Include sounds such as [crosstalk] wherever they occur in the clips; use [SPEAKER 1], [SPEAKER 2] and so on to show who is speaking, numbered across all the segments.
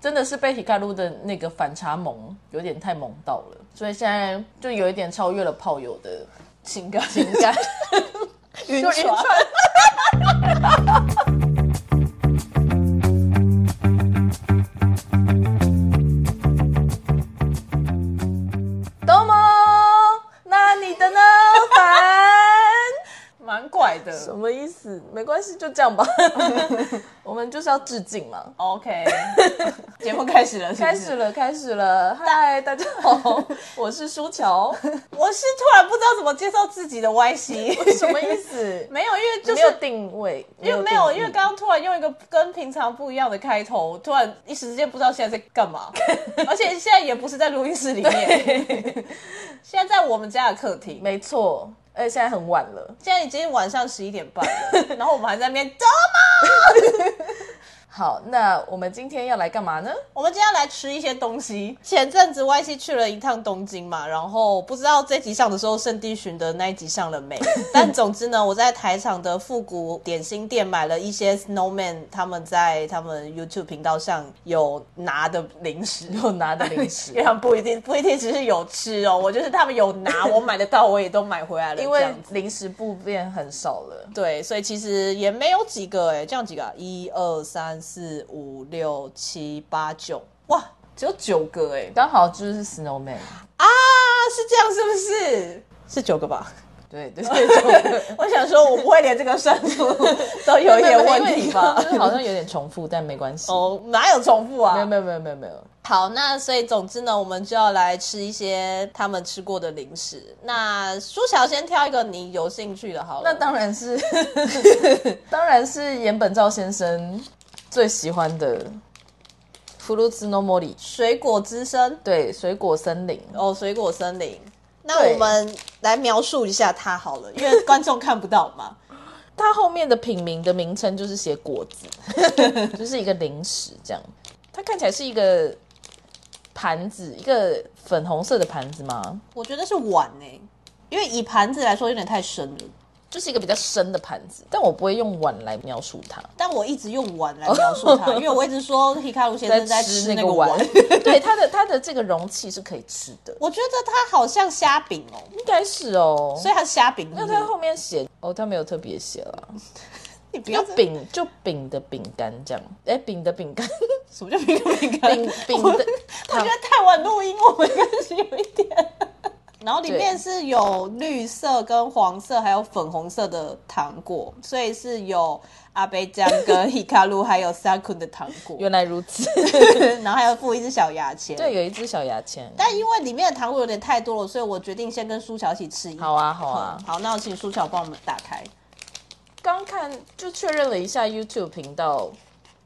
[SPEAKER 1] 真的是被 Hikaru 的那个反差萌有点太萌到了，所以现在就有一点超越了炮友的
[SPEAKER 2] 情感
[SPEAKER 1] 情感 [laughs]
[SPEAKER 2] 晕
[SPEAKER 1] 就晕
[SPEAKER 2] 船。
[SPEAKER 1] 东盟，那你的呢？凡，
[SPEAKER 2] 蛮怪的。
[SPEAKER 1] 什么意思？没关系，就这样吧。 [laughs] 我们就是要致敬嘛。
[SPEAKER 2] OK，节目开始了，
[SPEAKER 1] [laughs]
[SPEAKER 2] 是不是
[SPEAKER 1] 开始。了，开始了！嗨，大家 [laughs] 好，我是舒乔。
[SPEAKER 2] 我是突然不知道怎么介绍自己的 Y [laughs] C，
[SPEAKER 1] [laughs] 什么意 [laughs] 思？
[SPEAKER 2] 没有，因为就
[SPEAKER 1] 没有
[SPEAKER 2] 是。
[SPEAKER 1] 定位，
[SPEAKER 2] 因为没有，嗯
[SPEAKER 1] 定义
[SPEAKER 2] 因为刚刚突然用一个跟平常不一样的开头，突然一时之间不知道现在在干 [laughs] 嘛，而且现在也不是在录音室里面， [laughs] 现在在我们家的客厅，
[SPEAKER 1] 没错。而且现在很晚了，
[SPEAKER 2] 现在已经晚上十一点半 [laughs] 了，然后我们还在那边走，
[SPEAKER 1] 好，那我们今天要来干嘛呢？
[SPEAKER 2] 我们今天要来吃一些东西。前阵子 Y C 去了一趟东京嘛，然后不知道这集上的时候，圣地巡的那一集上了 [laughs] 没？但总之呢，我在台场的复古点心店买了一些 Snowman 他们在他们 YouTube 频道上有拿的零食。 [laughs]
[SPEAKER 1] 有拿的零
[SPEAKER 2] 因
[SPEAKER 1] 食，
[SPEAKER 2] 为他 [laughs] 们不一定不一定只是有吃哦，我就是他们有拿，我买得到，我也都买回来了。
[SPEAKER 1] [laughs] 因
[SPEAKER 2] 这
[SPEAKER 1] 为
[SPEAKER 2] 样子
[SPEAKER 1] 零食部变很少了。
[SPEAKER 2] 对，所以其实也没有几个哎，这样几个、啊，一二三四五六七八九，哇，只有九个哎，
[SPEAKER 1] 刚好就是 Snowman，
[SPEAKER 2] 啊，是这样是不是？是九个吧？
[SPEAKER 1] 对 [laughs] 对对，
[SPEAKER 2] 我想说，我不会连这个算术
[SPEAKER 1] [laughs]
[SPEAKER 2] 都有一点问题吧
[SPEAKER 1] 就？是好像有点重复，但没关系。
[SPEAKER 2] [laughs] 哦，哪有重复
[SPEAKER 1] 没有
[SPEAKER 2] 啊？
[SPEAKER 1] 没有没有没有没有，
[SPEAKER 2] 好，那所以总之呢，我们就要来吃一些他们吃过的零食。那舒乔先挑一个你有兴趣的好了。
[SPEAKER 1] 那当然是， [laughs] 当然是岩本照先生最喜欢的 Fruits no Mori，
[SPEAKER 2] 水果之声
[SPEAKER 1] 对，水果森林。
[SPEAKER 2] 哦，水果森林。那
[SPEAKER 1] 对
[SPEAKER 2] 我们来描述一下它好了，因为观众看不到嘛。
[SPEAKER 1] 它后面的品名的名称就是写果子， [laughs] 就是一个零食这样。它看起来是一个盘子，一个粉红色的盘子吗？
[SPEAKER 2] 我觉得是碗哎、因为以盘子来说有点太深了，
[SPEAKER 1] 就是一个比较深的盘子，但我不会用碗来描述它。
[SPEAKER 2] 但我一直用碗来描述它，因为我一直说 Hikaru 先生在吃那个碗。 [laughs]
[SPEAKER 1] 对它的它的这个容器是可以吃的，
[SPEAKER 2] 我觉得它好像虾饼哦，
[SPEAKER 1] 应该是哦。
[SPEAKER 2] 所以它是虾饼。
[SPEAKER 1] 那它后面写哦，它没有特别写了，
[SPEAKER 2] 你不要
[SPEAKER 1] 就饼就饼的饼干这样，哎，饼的饼干，
[SPEAKER 2] 什么叫饼饼
[SPEAKER 1] [laughs]
[SPEAKER 2] 干？
[SPEAKER 1] 饼饼
[SPEAKER 2] [laughs]
[SPEAKER 1] 的
[SPEAKER 2] 我
[SPEAKER 1] 糖
[SPEAKER 2] 觉得太晚录音，我们开始有一
[SPEAKER 1] [laughs]
[SPEAKER 2] 点。然后里面
[SPEAKER 1] 对
[SPEAKER 2] 是有绿色、跟黄色，还有粉红色的糖果，所以是有阿贝酱跟 [laughs] Hikaru 还有 Sakun 的糖果，
[SPEAKER 1] 原来如此，
[SPEAKER 2] [laughs] 然后还有附一只小牙签。
[SPEAKER 1] 对，，有一只小牙签。
[SPEAKER 2] 但因为里面的糖果有点太多了，所以我决定先跟苏乔一起吃一
[SPEAKER 1] 好啊，好啊
[SPEAKER 2] 嗯。好，那我请苏乔帮我们打开。
[SPEAKER 1] 刚看就确认了一下 YouTube 频道，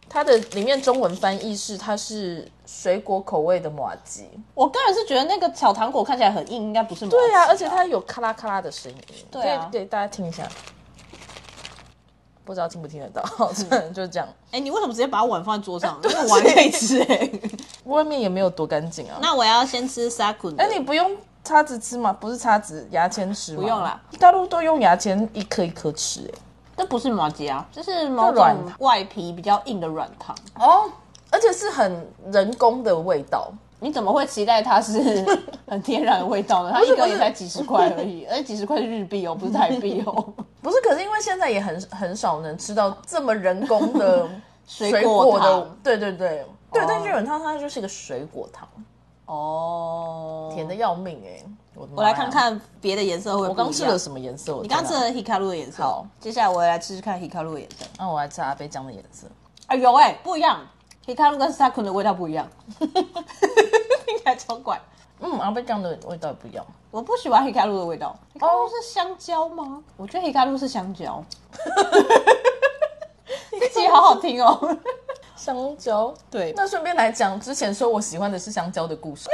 [SPEAKER 1] 它的里面中文翻译是它是水果口味的马吉。
[SPEAKER 2] 我个人是觉得那个小糖果看起来很硬，应该不是麻糬
[SPEAKER 1] 对啊，而且它有咔啦咔啦的声音。
[SPEAKER 2] 对啊
[SPEAKER 1] 可以给大家听一下，不知道听不听得到， [laughs] 就是这样。
[SPEAKER 2] 哎、你为什么直接把碗放在
[SPEAKER 1] [laughs]
[SPEAKER 2] 桌上？
[SPEAKER 1] 啊
[SPEAKER 2] 那个碗可以吃哎、
[SPEAKER 1] 外面也没有多干净啊。
[SPEAKER 2] [laughs] 那我要先吃 Sakun 的。
[SPEAKER 1] 哎，你不用叉子吃吗？不是叉子，牙签吃吗？
[SPEAKER 2] 不用啦，
[SPEAKER 1] 大陆都用牙签一颗一颗吃、哎
[SPEAKER 2] 这不是麻吉啊，这是某
[SPEAKER 1] 这软
[SPEAKER 2] 种
[SPEAKER 1] 糖
[SPEAKER 2] 外皮比较硬的软糖。
[SPEAKER 1] 哎，哦，而且是很人工的味道。
[SPEAKER 2] 你怎么会期待它是 [laughs] 很天然的味道呢？它一
[SPEAKER 1] 是
[SPEAKER 2] 个
[SPEAKER 1] 不
[SPEAKER 2] 也
[SPEAKER 1] 是
[SPEAKER 2] 才几十块而已，而且几十块是日币哦，不是台币哦。
[SPEAKER 1] [laughs] 不是，可是因为现在也很很少能吃到这么人工的
[SPEAKER 2] [laughs] 水果哦糖
[SPEAKER 1] 的，对对对、对。但日本汤它就是一个水果糖，
[SPEAKER 2] 哦，
[SPEAKER 1] 甜的要命哎、我的
[SPEAKER 2] 我
[SPEAKER 1] 妈呀
[SPEAKER 2] 来看，看别的颜色会不
[SPEAKER 1] 我
[SPEAKER 2] 会不一样
[SPEAKER 1] 刚吃了什么颜色？
[SPEAKER 2] 你
[SPEAKER 1] 你
[SPEAKER 2] 刚吃了 Hikaru 的颜色。哦
[SPEAKER 1] 好，
[SPEAKER 2] 接下来我来吃吃看 Hikaru 的颜色。
[SPEAKER 1] 哦那、我来吃阿贝酱的颜色。
[SPEAKER 2] 哎有哎、不一样，Hikaru 跟 Sakun 的味道不一样， [laughs] 听起来超怪。
[SPEAKER 1] 嗯，阿贝酱的味道也不一样。
[SPEAKER 2] 我不喜欢 Hikaru 的味道。Hikaru 是香蕉吗？哦我觉得 Hikaru 是香 [laughs] 蕉。这集好好听哦。
[SPEAKER 1] 香蕉，
[SPEAKER 2] [laughs] 对
[SPEAKER 1] 那顺便来讲，之前说我喜欢的是香蕉的故事，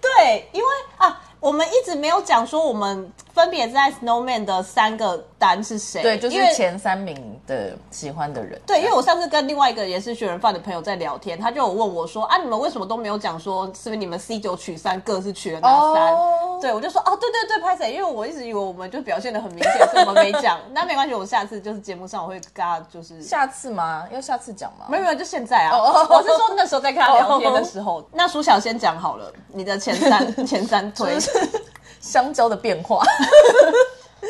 [SPEAKER 2] 对，因为啊，我们一直没有讲说我们分别在 Snowman 的三个单是谁？
[SPEAKER 1] 对，就是
[SPEAKER 2] 因为
[SPEAKER 1] 前三名的喜欢的人。
[SPEAKER 2] 对，因为我上次跟另外一个也是学人饭的朋友在聊天，他就有问我说啊，你们为什么都没有讲说是不是你们 C 九取三各是取了哪三
[SPEAKER 1] 哦
[SPEAKER 2] 对，我就说哦，对对对，拍谁？因为我一直以为我们就表现的很明显，所以我们没 [laughs] 讲。那没关系，我下次就是节目上我会跟他就是
[SPEAKER 1] 下次吗？要下次讲吗？
[SPEAKER 2] 没有没有，就现在啊！
[SPEAKER 1] [laughs] 哦哦
[SPEAKER 2] 我是说那时候在跟他聊天的时候。 [laughs] 那苏小先讲好了，你的前 [laughs] 三前三推
[SPEAKER 1] 香蕉的变
[SPEAKER 2] [laughs]
[SPEAKER 1] 化，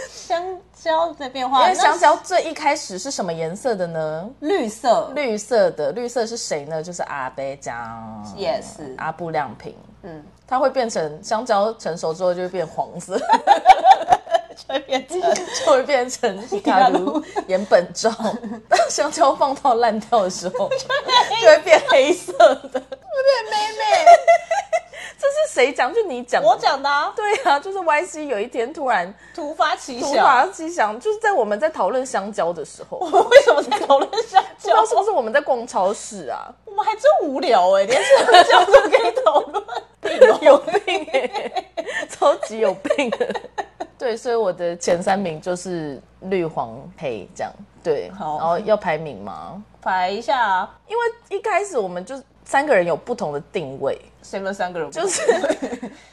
[SPEAKER 2] 香蕉的变
[SPEAKER 1] 因
[SPEAKER 2] 化，
[SPEAKER 1] 为
[SPEAKER 2] 那
[SPEAKER 1] 香蕉最一开始是什么颜色的呢？
[SPEAKER 2] 绿色，
[SPEAKER 1] 绿色的，绿色是谁呢？就是阿贝江
[SPEAKER 2] Yes
[SPEAKER 1] 阿布亮平，
[SPEAKER 2] 嗯，
[SPEAKER 1] 它会变成香蕉成熟之后就会变黄色，
[SPEAKER 2] 就变成
[SPEAKER 1] [laughs] 就会变成皮卡鲁岩本
[SPEAKER 2] [laughs]
[SPEAKER 1] 照。当香蕉放到烂掉的时候，就会变黑色的。
[SPEAKER 2] 妹妹。
[SPEAKER 1] [laughs] 这是谁讲？就你讲的吧，
[SPEAKER 2] [laughs] 我讲的啊，
[SPEAKER 1] 对啊，就是 Y C 有一天突然
[SPEAKER 2] 突发奇
[SPEAKER 1] 突
[SPEAKER 2] 想。
[SPEAKER 1] 发奇想，就是在我们在讨论香蕉的时候，
[SPEAKER 2] 我们为什么在讨论香
[SPEAKER 1] 不知道
[SPEAKER 2] 蕉？
[SPEAKER 1] 是不是我们在逛超市啊？
[SPEAKER 2] 我们还真无聊哎、连香蕉都可以讨论。
[SPEAKER 1] [laughs] 有病、欸， [laughs] 超级有病的。对，所以我的前三名就是绿、黄、黑这样。对，
[SPEAKER 2] 好
[SPEAKER 1] 然后要排名吗？
[SPEAKER 2] [laughs] 排一下啊，
[SPEAKER 1] 因为一开始我们就三个人有不同的定位，
[SPEAKER 2] 谁们三个人
[SPEAKER 1] 就是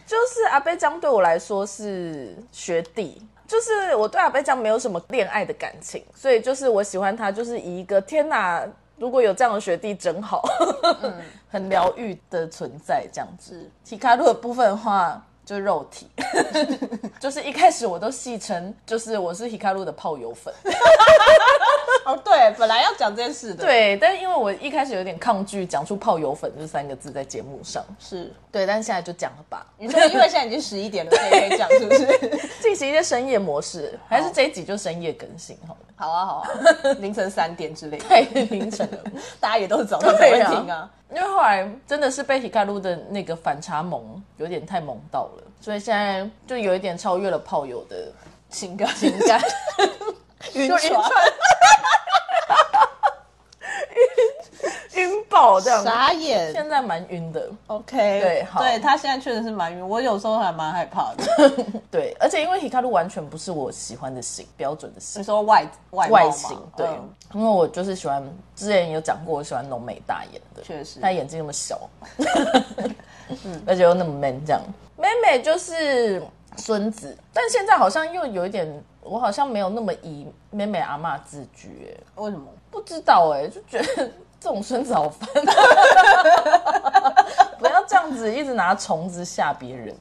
[SPEAKER 1] 就是阿贝江对我来说是学弟，就是我对阿贝江没有什么恋爱的感情，所以就是我喜欢他，就是以一个天哪，如果有这样的学弟真好， [laughs] 很疗愈的存在这样子。提卡路的部分的话。就肉体，就是一开始我都戏称，就是我是 Hikaru 的泡友粉，
[SPEAKER 2] 哦，对，本来要讲这件事的，，
[SPEAKER 1] 对，但是因为我一开始有点抗拒讲出泡友粉这三个字在节目上，
[SPEAKER 2] 是。
[SPEAKER 1] 对，但现在就讲了吧。
[SPEAKER 2] 你说因为现在已经十一 [laughs] 点了，所以可以讲是不是？
[SPEAKER 1] 进行一些深夜模式，还是这一集就深夜更新好了，
[SPEAKER 2] 好啊，好啊， [laughs] 凌晨三点之类的。
[SPEAKER 1] 太凌晨了。
[SPEAKER 2] [laughs] 大家也都是早上才会听
[SPEAKER 1] 对
[SPEAKER 2] 啊。
[SPEAKER 1] 因为后来真的是被 Hikaru 的那个反差萌有点太萌到了，所以现在就有一点超越了炮友的
[SPEAKER 2] 情感
[SPEAKER 1] 情感，
[SPEAKER 2] 晕
[SPEAKER 1] 就晕船， [laughs] 晕晕爆这样子。
[SPEAKER 2] 傻眼。
[SPEAKER 1] 现在蛮晕的，
[SPEAKER 2] OK，
[SPEAKER 1] 对好
[SPEAKER 2] 对他现在确实是蛮晕，我有时候还蛮害怕的。
[SPEAKER 1] 对，而且因为 Hikaru 完全不是我喜欢的型，标准的型
[SPEAKER 2] 你。说
[SPEAKER 1] [laughs]
[SPEAKER 2] 外外貌
[SPEAKER 1] 外
[SPEAKER 2] 嘛
[SPEAKER 1] 形，对，
[SPEAKER 2] 嗯
[SPEAKER 1] 因为我就是喜欢，之前有讲过，我喜欢浓眉大眼的，
[SPEAKER 2] 确实
[SPEAKER 1] 她眼睛那么小，而且又那么 man 这样。妹妹就是孙子，但现在好像又有一点，我好像没有那么以妹妹阿嬷自居、欸，
[SPEAKER 2] 为什么？
[SPEAKER 1] 不知道哎、就觉得这种孙子好烦， [laughs] 不要这样子一直拿虫子吓别人。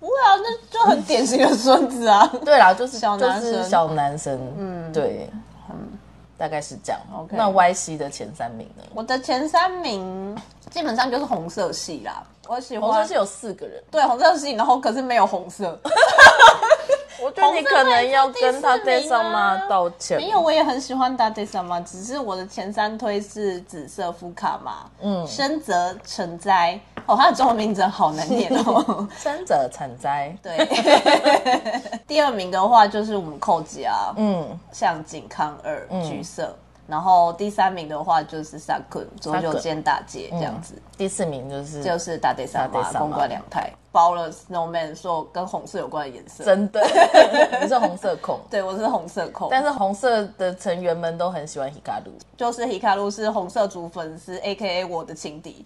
[SPEAKER 2] 不会啊，那就很典型
[SPEAKER 1] [laughs]
[SPEAKER 2] 的孙子啊。
[SPEAKER 1] 对啦，就是
[SPEAKER 2] 小男生
[SPEAKER 1] 就是小男生，嗯，对，嗯，大概是这样。
[SPEAKER 2] OK
[SPEAKER 1] 那 Y C 的前三名呢？
[SPEAKER 2] 我的前三名基本上就是红色系啦，我喜欢
[SPEAKER 1] 红色是有四个人，
[SPEAKER 2] 对红色系，然后可是没有红色，
[SPEAKER 1] 我觉得你可能要跟他
[SPEAKER 2] 红色会是第四名
[SPEAKER 1] d
[SPEAKER 2] 啊
[SPEAKER 1] 上妈道歉。
[SPEAKER 2] 没有，我也很喜欢 d a d e s a m a 只是我的前三推是紫色福卡嘛，嗯，深泽成哉，哦，他的中文名字好难念
[SPEAKER 1] [laughs]
[SPEAKER 2] 哦。
[SPEAKER 1] 三者惨哉，
[SPEAKER 2] 对， [laughs] 第二名的话就是我们寇姐啊，
[SPEAKER 1] 嗯，
[SPEAKER 2] 向井康二、橘色，然后第三名的话就是萨坤左久间大街这样子，
[SPEAKER 1] 第四名就是
[SPEAKER 2] 就是大地
[SPEAKER 1] 嗯
[SPEAKER 2] 三
[SPEAKER 1] 大
[SPEAKER 2] 嘛
[SPEAKER 1] 地，三
[SPEAKER 2] 公
[SPEAKER 1] 马
[SPEAKER 2] 关两派包了 Snowman 说跟红色有关的颜色，
[SPEAKER 1] 真的， [laughs] 你是红色控，
[SPEAKER 2] 对我是红色控，
[SPEAKER 1] 但是红色的成员们都很喜欢 Hikaru，
[SPEAKER 2] 就是 Hikaru 是红色族粉丝，A K A 我的情敌，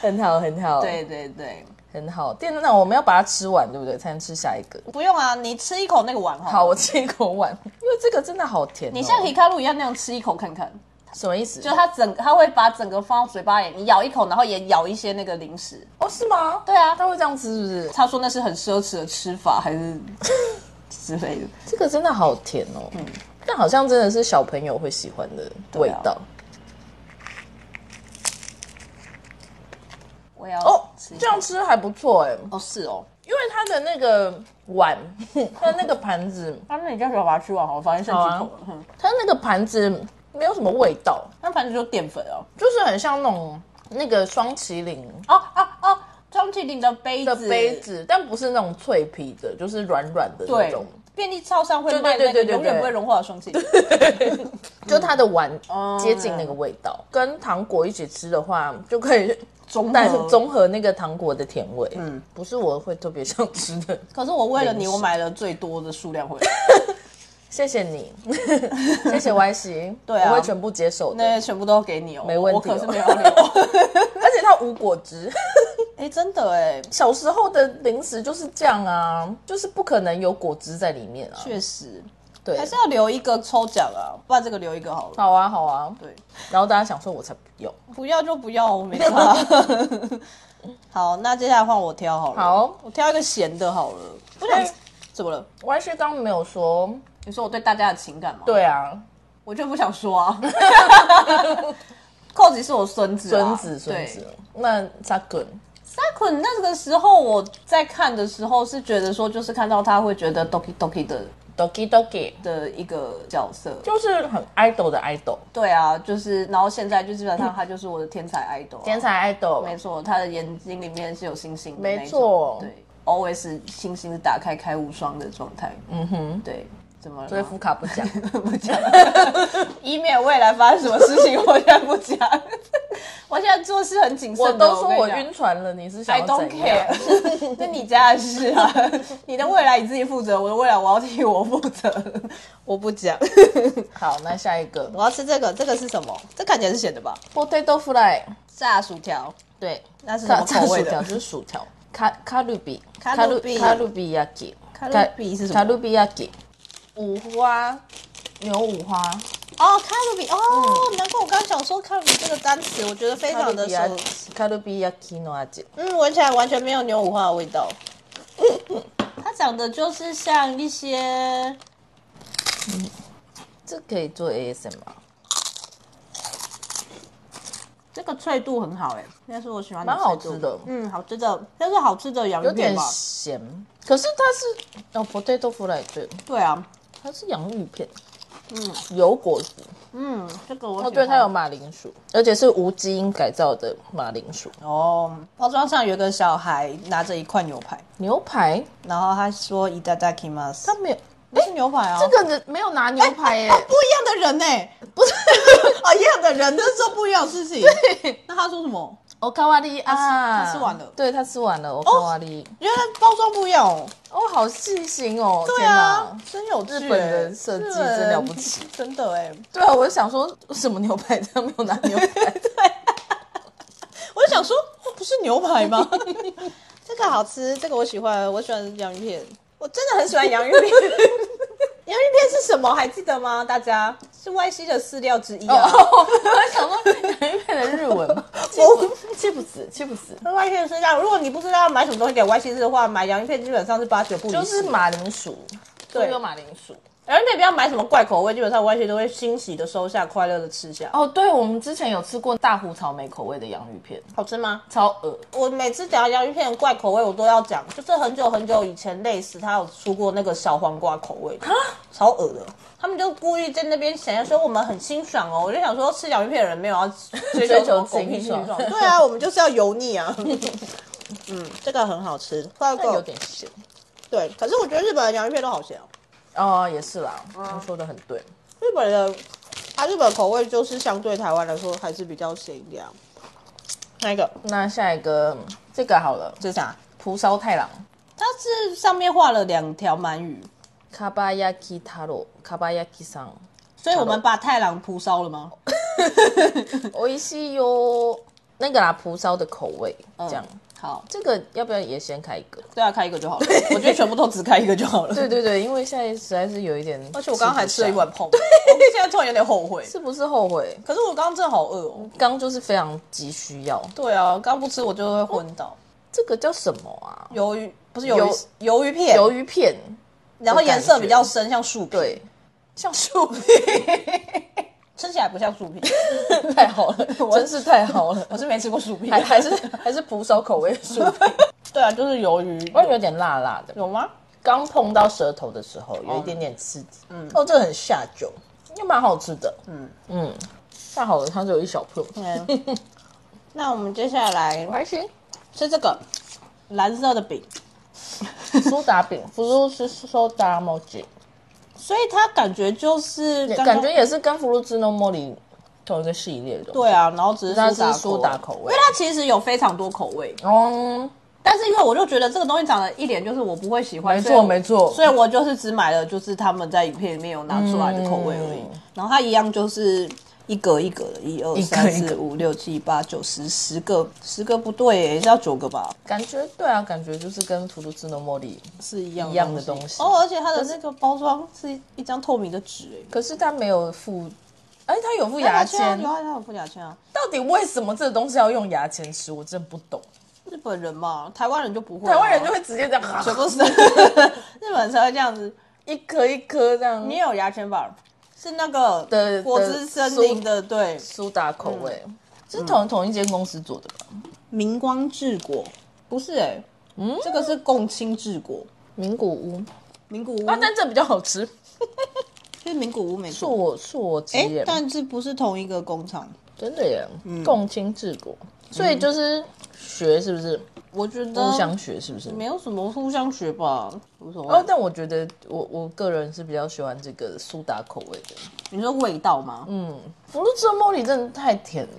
[SPEAKER 1] 很好，很好，，
[SPEAKER 2] 对对对，
[SPEAKER 1] 很好。电那我们要把它吃完，对不对？才能吃下一个。
[SPEAKER 2] 不用啊，你吃一口那个碗好了
[SPEAKER 1] 好，我吃一口碗，因为这个真的好甜哦。
[SPEAKER 2] 你像 Hikaru 一样那样吃一口看看，
[SPEAKER 1] 什么意思？
[SPEAKER 2] 就它整它会把整个放到嘴巴里，你咬一口，然后也咬一些那个零食。
[SPEAKER 1] 哦，是吗？
[SPEAKER 2] 对啊，
[SPEAKER 1] 他会这样吃是不是？
[SPEAKER 2] 他说那是很奢侈的吃法，还 [laughs] 是之类的。
[SPEAKER 1] 这个真的好甜哦，但好像真的是小朋友会喜欢的味道。
[SPEAKER 2] 我要
[SPEAKER 1] 哦
[SPEAKER 2] 吃，
[SPEAKER 1] 这样吃还不错哎，
[SPEAKER 2] 哦是哦，
[SPEAKER 1] 因为它的那个碗， [laughs] 它那个盘子，
[SPEAKER 2] 他那你叫时候把它吃完好了，我发现剩几
[SPEAKER 1] 啊
[SPEAKER 2] 口了。哼
[SPEAKER 1] 它那个盘子没有什么味道，
[SPEAKER 2] 那嗯反正就是淀粉哦。
[SPEAKER 1] 就是很像那种那个双麒麟
[SPEAKER 2] 哦哦哦，张起灵的杯
[SPEAKER 1] 的
[SPEAKER 2] 子
[SPEAKER 1] 杯子，但不是那种脆皮的，就是软软的那
[SPEAKER 2] 对
[SPEAKER 1] 种。，
[SPEAKER 2] 便利超商会
[SPEAKER 1] 对
[SPEAKER 2] 卖
[SPEAKER 1] 对
[SPEAKER 2] 那个
[SPEAKER 1] 对对对
[SPEAKER 2] 永远不会融化的双气球，
[SPEAKER 1] [laughs] 就它的碗
[SPEAKER 2] 嗯哦
[SPEAKER 1] 接近那个味道，跟糖果一起吃的话，就可以
[SPEAKER 2] 中
[SPEAKER 1] 但是
[SPEAKER 2] 和
[SPEAKER 1] 综合那个糖果的甜味。嗯，不是我会特别想吃的。 [laughs]
[SPEAKER 2] 可是我为了你，
[SPEAKER 1] 零食
[SPEAKER 2] 我买了最多的数量回来。 [laughs]
[SPEAKER 1] 谢谢你， [laughs] 谢谢 Y C，
[SPEAKER 2] [laughs] 对啊
[SPEAKER 1] 我会全部接受的。
[SPEAKER 2] 那全部都给你哦，
[SPEAKER 1] 没问题哦
[SPEAKER 2] 我可是没有
[SPEAKER 1] [laughs]
[SPEAKER 2] 要留。
[SPEAKER 1] 而且它无果汁，
[SPEAKER 2] 哎，真的哎，
[SPEAKER 1] 小时候的零食就是这样啊，就是不可能有果汁在里面啊。
[SPEAKER 2] 确实
[SPEAKER 1] 对
[SPEAKER 2] 还，是要留一个抽奖啊，不然这个留一个好了。
[SPEAKER 1] 好啊好啊。
[SPEAKER 2] 对，
[SPEAKER 1] 然后大家想说，我才不用。
[SPEAKER 2] 不要就不要，我
[SPEAKER 1] [laughs]
[SPEAKER 2] 没差。好，那接下来换我挑好了。
[SPEAKER 1] 好
[SPEAKER 2] 我挑一个咸的好了。我想
[SPEAKER 1] 哎
[SPEAKER 2] 怎么了？
[SPEAKER 1] Y C 刚刚没有说，
[SPEAKER 2] 你说我对大家的情感吗？，
[SPEAKER 1] 对啊，
[SPEAKER 2] 我就不想
[SPEAKER 1] [laughs]
[SPEAKER 2] 说啊。寇子是我孙子啊，
[SPEAKER 1] 孙子孙子，那扎根。
[SPEAKER 2] 萨坤那个时候我在看的时候是觉得说，就是看到他会觉得 doki doki 的
[SPEAKER 1] Doki Doki
[SPEAKER 2] 的一个角色。
[SPEAKER 1] 就是很 idol 的 idol，
[SPEAKER 2] 对啊，就是然后现在就基本上他就是我的天才 idol 啊、
[SPEAKER 1] 天才 idol，
[SPEAKER 2] 没错，他的眼睛里面是有星星的那种，
[SPEAKER 1] 没错
[SPEAKER 2] 对，always 星星是打开开无双的状态。嗯哼，对，怎么了吗？
[SPEAKER 1] 所以福卡不 [laughs] 讲。
[SPEAKER 2] 不讲，以免未来发生什么事情，我现在不讲。我现在做事很谨慎
[SPEAKER 1] 我
[SPEAKER 2] 的
[SPEAKER 1] 都说我
[SPEAKER 2] 跟你讲
[SPEAKER 1] 晕船了，你是想
[SPEAKER 2] I
[SPEAKER 1] 要
[SPEAKER 2] don't
[SPEAKER 1] 怎样？
[SPEAKER 2] care，那 [laughs] 你家的事 [laughs] 啊，你的未来你自己负责，我的未来我要替我负责，我不讲。 [laughs]
[SPEAKER 1] 好，那下一个
[SPEAKER 2] 我要吃这个，这个是什么？这看起来是咸的吧？
[SPEAKER 1] potato fry，
[SPEAKER 2] 炸薯条，
[SPEAKER 1] 对，
[SPEAKER 2] 那是什
[SPEAKER 1] 炸
[SPEAKER 2] 么
[SPEAKER 1] 炸
[SPEAKER 2] 口味
[SPEAKER 1] 薯条
[SPEAKER 2] 的？
[SPEAKER 1] 就是薯条，卡卡路比，
[SPEAKER 2] 卡
[SPEAKER 1] 路
[SPEAKER 2] 路比
[SPEAKER 1] 卡路比亚给，
[SPEAKER 2] 卡路比是什么
[SPEAKER 1] 卡路比亚给，五花牛五花，
[SPEAKER 2] 哦，卡路比哦，难怪我刚刚想说卡路比这个单词，我觉得非常的熟
[SPEAKER 1] 亚，卡路比亚基诺阿姐，
[SPEAKER 2] 嗯，闻起来完全没有牛五花的味道。 [laughs] 它长得就是像一些
[SPEAKER 1] 这可以做 ASMR。
[SPEAKER 2] 这个脆度很好哎、那是我喜欢
[SPEAKER 1] 蛮好
[SPEAKER 2] 脆度
[SPEAKER 1] 吃的
[SPEAKER 2] 嗯，好吃的，但是好吃的洋
[SPEAKER 1] 有
[SPEAKER 2] 芋片
[SPEAKER 1] 点
[SPEAKER 2] 吧？
[SPEAKER 1] 咸，可是它是哦 potato fry，对，
[SPEAKER 2] 对啊，
[SPEAKER 1] 它是洋芋片，嗯，有果子，
[SPEAKER 2] 嗯，这个我
[SPEAKER 1] 哦，
[SPEAKER 2] 喜
[SPEAKER 1] 对，
[SPEAKER 2] 欢
[SPEAKER 1] 它有马铃薯，而且是无基因改造的马铃薯
[SPEAKER 2] 哦，包装上有个小孩拿着一块牛排，
[SPEAKER 1] 牛排，
[SPEAKER 2] 然后他说“いただきます
[SPEAKER 1] 它”，没有。
[SPEAKER 2] 不是牛排啊，
[SPEAKER 1] 这个人没有拿牛排耶、
[SPEAKER 2] 哦不一样的人呢，
[SPEAKER 1] 不是。
[SPEAKER 2] [laughs] 哦一样的人，这做不一样的事情。那他说什么？
[SPEAKER 1] 我哦卡瓦利啊，
[SPEAKER 2] 他吃完了哦
[SPEAKER 1] 对他吃完了，我哦卡瓦利。
[SPEAKER 2] 原来包装不一样哦。
[SPEAKER 1] 哦，好细心哦，
[SPEAKER 2] 对
[SPEAKER 1] 天
[SPEAKER 2] 啊
[SPEAKER 1] 哪！，
[SPEAKER 2] 真有趣欸
[SPEAKER 1] 日本人设计真了不起，
[SPEAKER 2] 日本真的哎。
[SPEAKER 1] 对啊，我就想说，为什么牛排他没有拿牛排？
[SPEAKER 2] 我就想说，哦不是牛排吗？ [laughs] 这个好吃，这个我喜欢，我喜欢洋芋片，我真的很喜欢洋芋片。 [laughs] 洋芋片是什么？还记得吗？大家是 Y C 的饲料之一啊。
[SPEAKER 1] 哦，我就想说洋芋片的日文 [laughs] 嘛，气不气不死，气不死，
[SPEAKER 2] Y C 的饲料，如果你不知道要买什么东西给 Y C 的话，买洋芋片基本上是八九不离十。
[SPEAKER 1] 就是马铃薯，
[SPEAKER 2] 对
[SPEAKER 1] 就有马铃薯。
[SPEAKER 2] 洋芋片不要买什么怪口味，基本上 Y C 都会欣喜的收下，快乐的吃下。
[SPEAKER 1] 哦，对，我们之前有吃过大湖草莓口味的洋芋片，
[SPEAKER 2] 好吃吗？
[SPEAKER 1] 超恶。
[SPEAKER 2] 我每次讲到洋芋片的怪口味，我都要讲，就是很久很久以前，类似它有出过那个小黄瓜口味的，超恶的。他们就故意在那边想要说我们很清爽哦，我就想说吃洋芋片的人没有要追求什么
[SPEAKER 1] 追求
[SPEAKER 2] 狗屁
[SPEAKER 1] 清
[SPEAKER 2] 清
[SPEAKER 1] 爽
[SPEAKER 2] 爽，对啊，我们就是要油腻啊。嗯，这个很好吃，快
[SPEAKER 1] 但有点咸。
[SPEAKER 2] 对。可是我觉得日本的洋芋片都好咸哦，
[SPEAKER 1] 哦，也是啦，你说的很对。
[SPEAKER 2] 日本的啊，日本口味就是相对台湾来说还是比较咸一点啊。那一个
[SPEAKER 1] 那下一个这个好了，
[SPEAKER 2] 这是啥？
[SPEAKER 1] 蒲烧太郎。
[SPEAKER 2] 它是上面画了两条鳗鱼。
[SPEAKER 1] 卡巴亚基塔罗，卡巴亚基 [laughs] 桑，
[SPEAKER 2] 所以我们把太郎扑烧了吗？
[SPEAKER 1] 我一西哟，那个啦，蒲烧的口味，这样。
[SPEAKER 2] 好，
[SPEAKER 1] 这个要不要也先开一个？
[SPEAKER 2] 对啊，开一个就好了。我觉得全部都只开一个就好了。
[SPEAKER 1] 对，对对，因为现在实在是有一点，
[SPEAKER 2] 而且我刚刚还吃了一
[SPEAKER 1] 不
[SPEAKER 2] 碗
[SPEAKER 1] 下，
[SPEAKER 2] [laughs] 泡面，我现在突然有点后悔。
[SPEAKER 1] 是不是后悔？
[SPEAKER 2] 可是我刚刚真的好饿哦。
[SPEAKER 1] 刚就是非常急需要，
[SPEAKER 2] 对啊，刚不吃我就会昏倒。
[SPEAKER 1] 这个叫什么啊？
[SPEAKER 2] 鱿鱼不是鱿鱼，鱿鱼片，
[SPEAKER 1] 鱿鱼片，
[SPEAKER 2] 然后颜色比较深，像树皮。
[SPEAKER 1] 对，像树
[SPEAKER 2] [laughs]
[SPEAKER 1] 皮，
[SPEAKER 2] 吃起来不像树皮。
[SPEAKER 1] 太好 [laughs] 了，真是太好了，
[SPEAKER 2] [laughs] 我是没吃过树皮，
[SPEAKER 1] 还还是还是蒲烧口味的树 [laughs] 皮，
[SPEAKER 2] 对啊，就是鱿鱼。
[SPEAKER 1] 我有点辣辣的，
[SPEAKER 2] 有吗？
[SPEAKER 1] 刚碰到舌头的时候有一点点刺激，哦嗯，哦，这个很下酒，也蛮好吃的，嗯嗯，太好了，它只有一小片，
[SPEAKER 2] 嗯。 [laughs] 那我们接下来
[SPEAKER 1] 还行，
[SPEAKER 2] 吃这个蓝色的饼，
[SPEAKER 1] 苏打饼 [laughs] f r u i t soda moji，
[SPEAKER 2] 所以他感觉就是刚刚
[SPEAKER 1] 感觉也是跟 fruitino mori 同一个系列的。，
[SPEAKER 2] 对啊，然后只是
[SPEAKER 1] 它
[SPEAKER 2] 苏
[SPEAKER 1] 是
[SPEAKER 2] 打
[SPEAKER 1] 苏打口味
[SPEAKER 2] 因为它其实有非常多口味，
[SPEAKER 1] 嗯，
[SPEAKER 2] 但是因为我就觉得这个东西长得一脸就是我不会喜欢，
[SPEAKER 1] 没
[SPEAKER 2] 所以
[SPEAKER 1] 错
[SPEAKER 2] 我
[SPEAKER 1] 没错，
[SPEAKER 2] 所以我就是只买了就是他们在影片里面有拿出来的口味而已。然后它一样就是一格一格的，一二
[SPEAKER 1] 嗯一格
[SPEAKER 2] 三
[SPEAKER 1] 一
[SPEAKER 2] 四
[SPEAKER 1] 格
[SPEAKER 2] 五六七八九十十个，十个不对耶，是要九个吧？
[SPEAKER 1] 感觉对啊，感觉就是跟 fruitino mori
[SPEAKER 2] 是一样
[SPEAKER 1] 一样的东西
[SPEAKER 2] 哦，而且它的那个包装是一张透明的纸哎。
[SPEAKER 1] 可是它没有附，哎，它有附
[SPEAKER 2] 有
[SPEAKER 1] 牙
[SPEAKER 2] 签啊
[SPEAKER 1] 签
[SPEAKER 2] 有，啊，它有附牙签啊。
[SPEAKER 1] 到底为什么这个东西要用牙签吃？我真的不懂。
[SPEAKER 2] 日本人嘛，台湾人就不会啊，
[SPEAKER 1] 台湾人就会直接这样，啊
[SPEAKER 2] 九个是 [laughs] 日本人才会这样子。
[SPEAKER 1] 一颗一颗这样
[SPEAKER 2] 你也有牙签吧？是那个
[SPEAKER 1] 的
[SPEAKER 2] 果
[SPEAKER 1] 的
[SPEAKER 2] 汁森林的，对，
[SPEAKER 1] 苏打口味，
[SPEAKER 2] 嗯
[SPEAKER 1] 是同同一间公司做的吧？
[SPEAKER 2] 明光治国不是哎、嗯，这个是共青治国，
[SPEAKER 1] 名古屋
[SPEAKER 2] 名古屋
[SPEAKER 1] 啊，但这比较好吃，
[SPEAKER 2] 是名古屋没
[SPEAKER 1] 恕
[SPEAKER 2] 错。
[SPEAKER 1] 我恕我直
[SPEAKER 2] 哎、
[SPEAKER 1] 言，
[SPEAKER 2] 但嗯是不是同一个工厂？
[SPEAKER 1] 真的耶，共青治国，所以就是学是不是
[SPEAKER 2] 我觉
[SPEAKER 1] 互
[SPEAKER 2] 得
[SPEAKER 1] 相学是不是？
[SPEAKER 2] 没有什么互相学吧，无所谓。
[SPEAKER 1] 哦，但我觉得我我个人是比较喜欢这个苏打口味的。
[SPEAKER 2] 你说味道吗？嗯，
[SPEAKER 1] 福禄寿茉莉真的太甜了，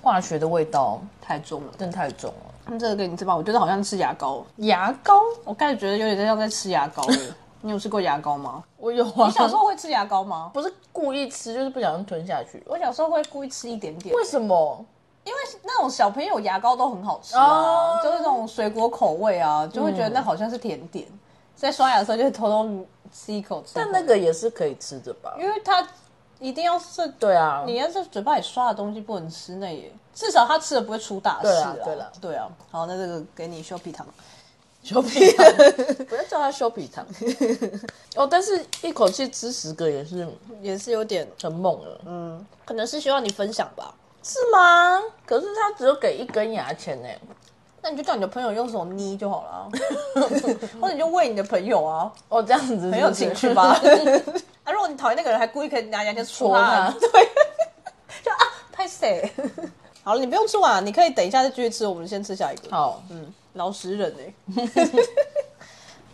[SPEAKER 1] 化学的味道
[SPEAKER 2] 太重了。
[SPEAKER 1] 真的太重了。
[SPEAKER 2] 他们这个给你吃吧，我觉得好像吃牙膏，
[SPEAKER 1] 牙膏
[SPEAKER 2] 我开始觉得有点像在吃牙膏 [laughs] 了。你有吃过牙膏吗？
[SPEAKER 1] 我有啊，
[SPEAKER 2] 你小时候会吃牙膏吗？
[SPEAKER 1] 不是故意吃，就是不小心吞下去。
[SPEAKER 2] 我小时候会故意吃一点点，
[SPEAKER 1] 为什么？
[SPEAKER 2] 因为那种小朋友牙膏都很好吃啊，
[SPEAKER 1] 哦
[SPEAKER 2] 就是那种水果口味啊，就会觉得那好像是甜点，在刷牙的时候就会偷偷吃一口吃。
[SPEAKER 1] 但那，个也是可以吃的吧？
[SPEAKER 2] 因为它一定要是
[SPEAKER 1] 对啊，
[SPEAKER 2] 你要是嘴巴里刷的东西不能吃那也，至少他吃了不会出大事
[SPEAKER 1] 对啊对啦
[SPEAKER 2] 对啊。好，那这个给你修皮糖，
[SPEAKER 1] 修皮糖，不要叫它修皮糖。 [laughs] 哦，但是一口气吃十个也是
[SPEAKER 2] 也是有点，
[SPEAKER 1] 很猛了，嗯，
[SPEAKER 2] 可能是希望你分享吧。
[SPEAKER 1] 是吗？可是它只有给一根牙签欸呢，
[SPEAKER 2] 那你就叫你的朋友用手捏就好了 [laughs] 啊，或者你就喂你的朋友啊，
[SPEAKER 1] 哦，这样子是不是
[SPEAKER 2] 很有情趣吧？？ [laughs] 啊，如果你讨厌那个人，还故意可以拿牙签戳他，
[SPEAKER 1] 戳
[SPEAKER 2] [laughs] 对，就啊，太谁？ [laughs] 好了，你不用吃完，你可以等一下再继续吃，我们先吃下一个。，
[SPEAKER 1] [laughs] 好，
[SPEAKER 2] 嗯，老实人哎、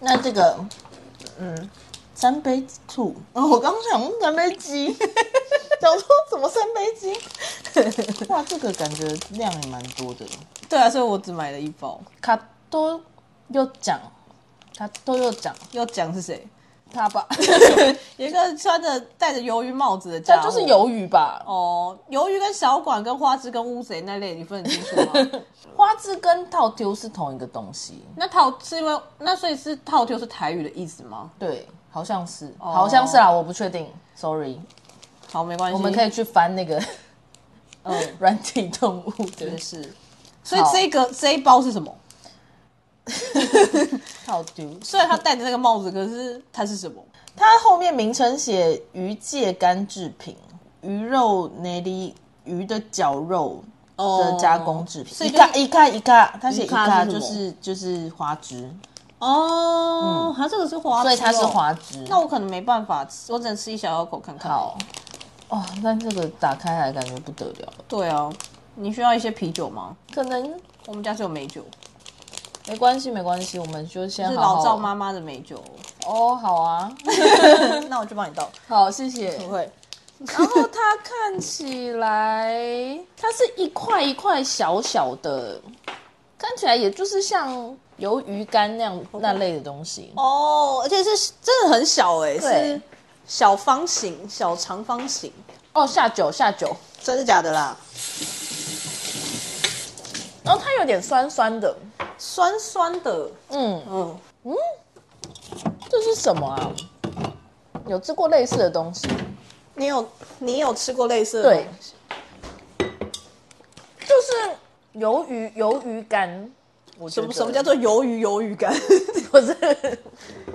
[SPEAKER 2] 那这个，嗯，三杯醋，
[SPEAKER 1] 哦，我刚想用三杯鸡， [laughs]
[SPEAKER 2] 想说怎么三杯鸡？
[SPEAKER 1] [laughs] 哇，这个感觉量也蛮多的。
[SPEAKER 2] 对啊，所以我只买了一包。
[SPEAKER 1] 卡多又讲，卡多又讲，
[SPEAKER 2] 要讲是谁？
[SPEAKER 1] 他吧，
[SPEAKER 2] [laughs] 有一个穿着戴着鱿鱼帽子的家
[SPEAKER 1] 这
[SPEAKER 2] 伙，
[SPEAKER 1] 就是鱿鱼吧？
[SPEAKER 2] 哦，鱿鱼跟小管跟花枝跟乌贼那类，你分得清楚 [laughs] 吗？
[SPEAKER 1] 花枝跟套丢是同一个东西，
[SPEAKER 2] 那套是因为那所以是套就是台语的意思吗？
[SPEAKER 1] 对，好像是，好像是啦，我不确定，sorry。
[SPEAKER 2] 好，没关系，
[SPEAKER 1] 我们可
[SPEAKER 2] 以，
[SPEAKER 1] 以去翻那个
[SPEAKER 2] 嗯，
[SPEAKER 1] [laughs] 软体动物的
[SPEAKER 2] 也是。所以
[SPEAKER 1] 好
[SPEAKER 2] 这个这一包是什么？
[SPEAKER 1] 套丢，
[SPEAKER 2] 虽然他戴着那个帽子，可是它是什么？
[SPEAKER 1] 它后面名称写鱼介干制品、鱼肉内里、鱼的绞肉
[SPEAKER 2] 哦
[SPEAKER 1] 的加工制品。
[SPEAKER 2] 所以
[SPEAKER 1] 一
[SPEAKER 2] 就是
[SPEAKER 1] 卡一卡一卡，它写
[SPEAKER 2] 一
[SPEAKER 1] 一
[SPEAKER 2] 卡
[SPEAKER 1] 卡
[SPEAKER 2] 是什
[SPEAKER 1] 就
[SPEAKER 2] 么
[SPEAKER 1] 是就是花枝，
[SPEAKER 2] 嗯哦，它这个是花枝哦，
[SPEAKER 1] 所以它是花枝。
[SPEAKER 2] 那我可能没办法吃，我只能吃一小小口看看。
[SPEAKER 1] 好，哦，但这个打开来感觉不得了，
[SPEAKER 2] 对啊，你需要一些啤酒吗？
[SPEAKER 1] 可能
[SPEAKER 2] 我们家是有美酒，
[SPEAKER 1] 没关系没关系，我们就先
[SPEAKER 2] 是
[SPEAKER 1] 好
[SPEAKER 2] 老
[SPEAKER 1] 好
[SPEAKER 2] 赵妈妈的美酒。
[SPEAKER 1] 哦，好啊，
[SPEAKER 2] [laughs] 那我就帮你倒，
[SPEAKER 1] 好谢 [laughs] 谢。
[SPEAKER 2] 不会。
[SPEAKER 1] 然后它看起来，它是一块一块小小的，看起来也就是像鱿鱼干那样那类的东西。
[SPEAKER 2] 哦，而且是真的很小哎、
[SPEAKER 1] 对
[SPEAKER 2] 是小方形、小长方形，
[SPEAKER 1] 哦，下酒下酒，
[SPEAKER 2] 真的假的啦？
[SPEAKER 1] 然后它有点酸酸的，
[SPEAKER 2] 酸酸的，
[SPEAKER 1] 嗯，
[SPEAKER 2] 嗯，
[SPEAKER 1] 这是什么啊？有吃过类似的东西？
[SPEAKER 2] 你有你有吃过类似的
[SPEAKER 1] 对
[SPEAKER 2] 东西？，
[SPEAKER 1] 就是鱿鱼鱿鱼干。我觉
[SPEAKER 2] 什
[SPEAKER 1] 得
[SPEAKER 2] 么什么叫做鱿鱼鱿鱼干？
[SPEAKER 1] 不 [laughs] 是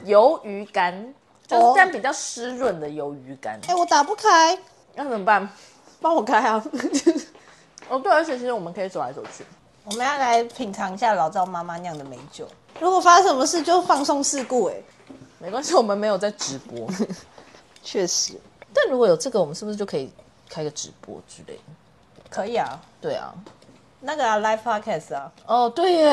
[SPEAKER 1] 鱿鱼干？就是
[SPEAKER 2] 哦
[SPEAKER 1] 但比较湿润的鱿鱼干，
[SPEAKER 2] 哎、我打不开，
[SPEAKER 1] 那怎么办？
[SPEAKER 2] 帮我开啊！
[SPEAKER 1] 哦，对，而且其实我们可以走来走去。
[SPEAKER 2] [laughs] 我们要来品尝一下老赵妈妈酿的美酒。如果发生什么事，就放松事故、哎，
[SPEAKER 1] 没关系，我们没有在直 [laughs] 播。
[SPEAKER 2] 确实
[SPEAKER 1] 但如果有这个，我们是不是就可以开个直播之类的？
[SPEAKER 2] 可以啊。
[SPEAKER 1] 对啊，
[SPEAKER 2] 那个啊，live podcast 啊，
[SPEAKER 1] 哦，对耶，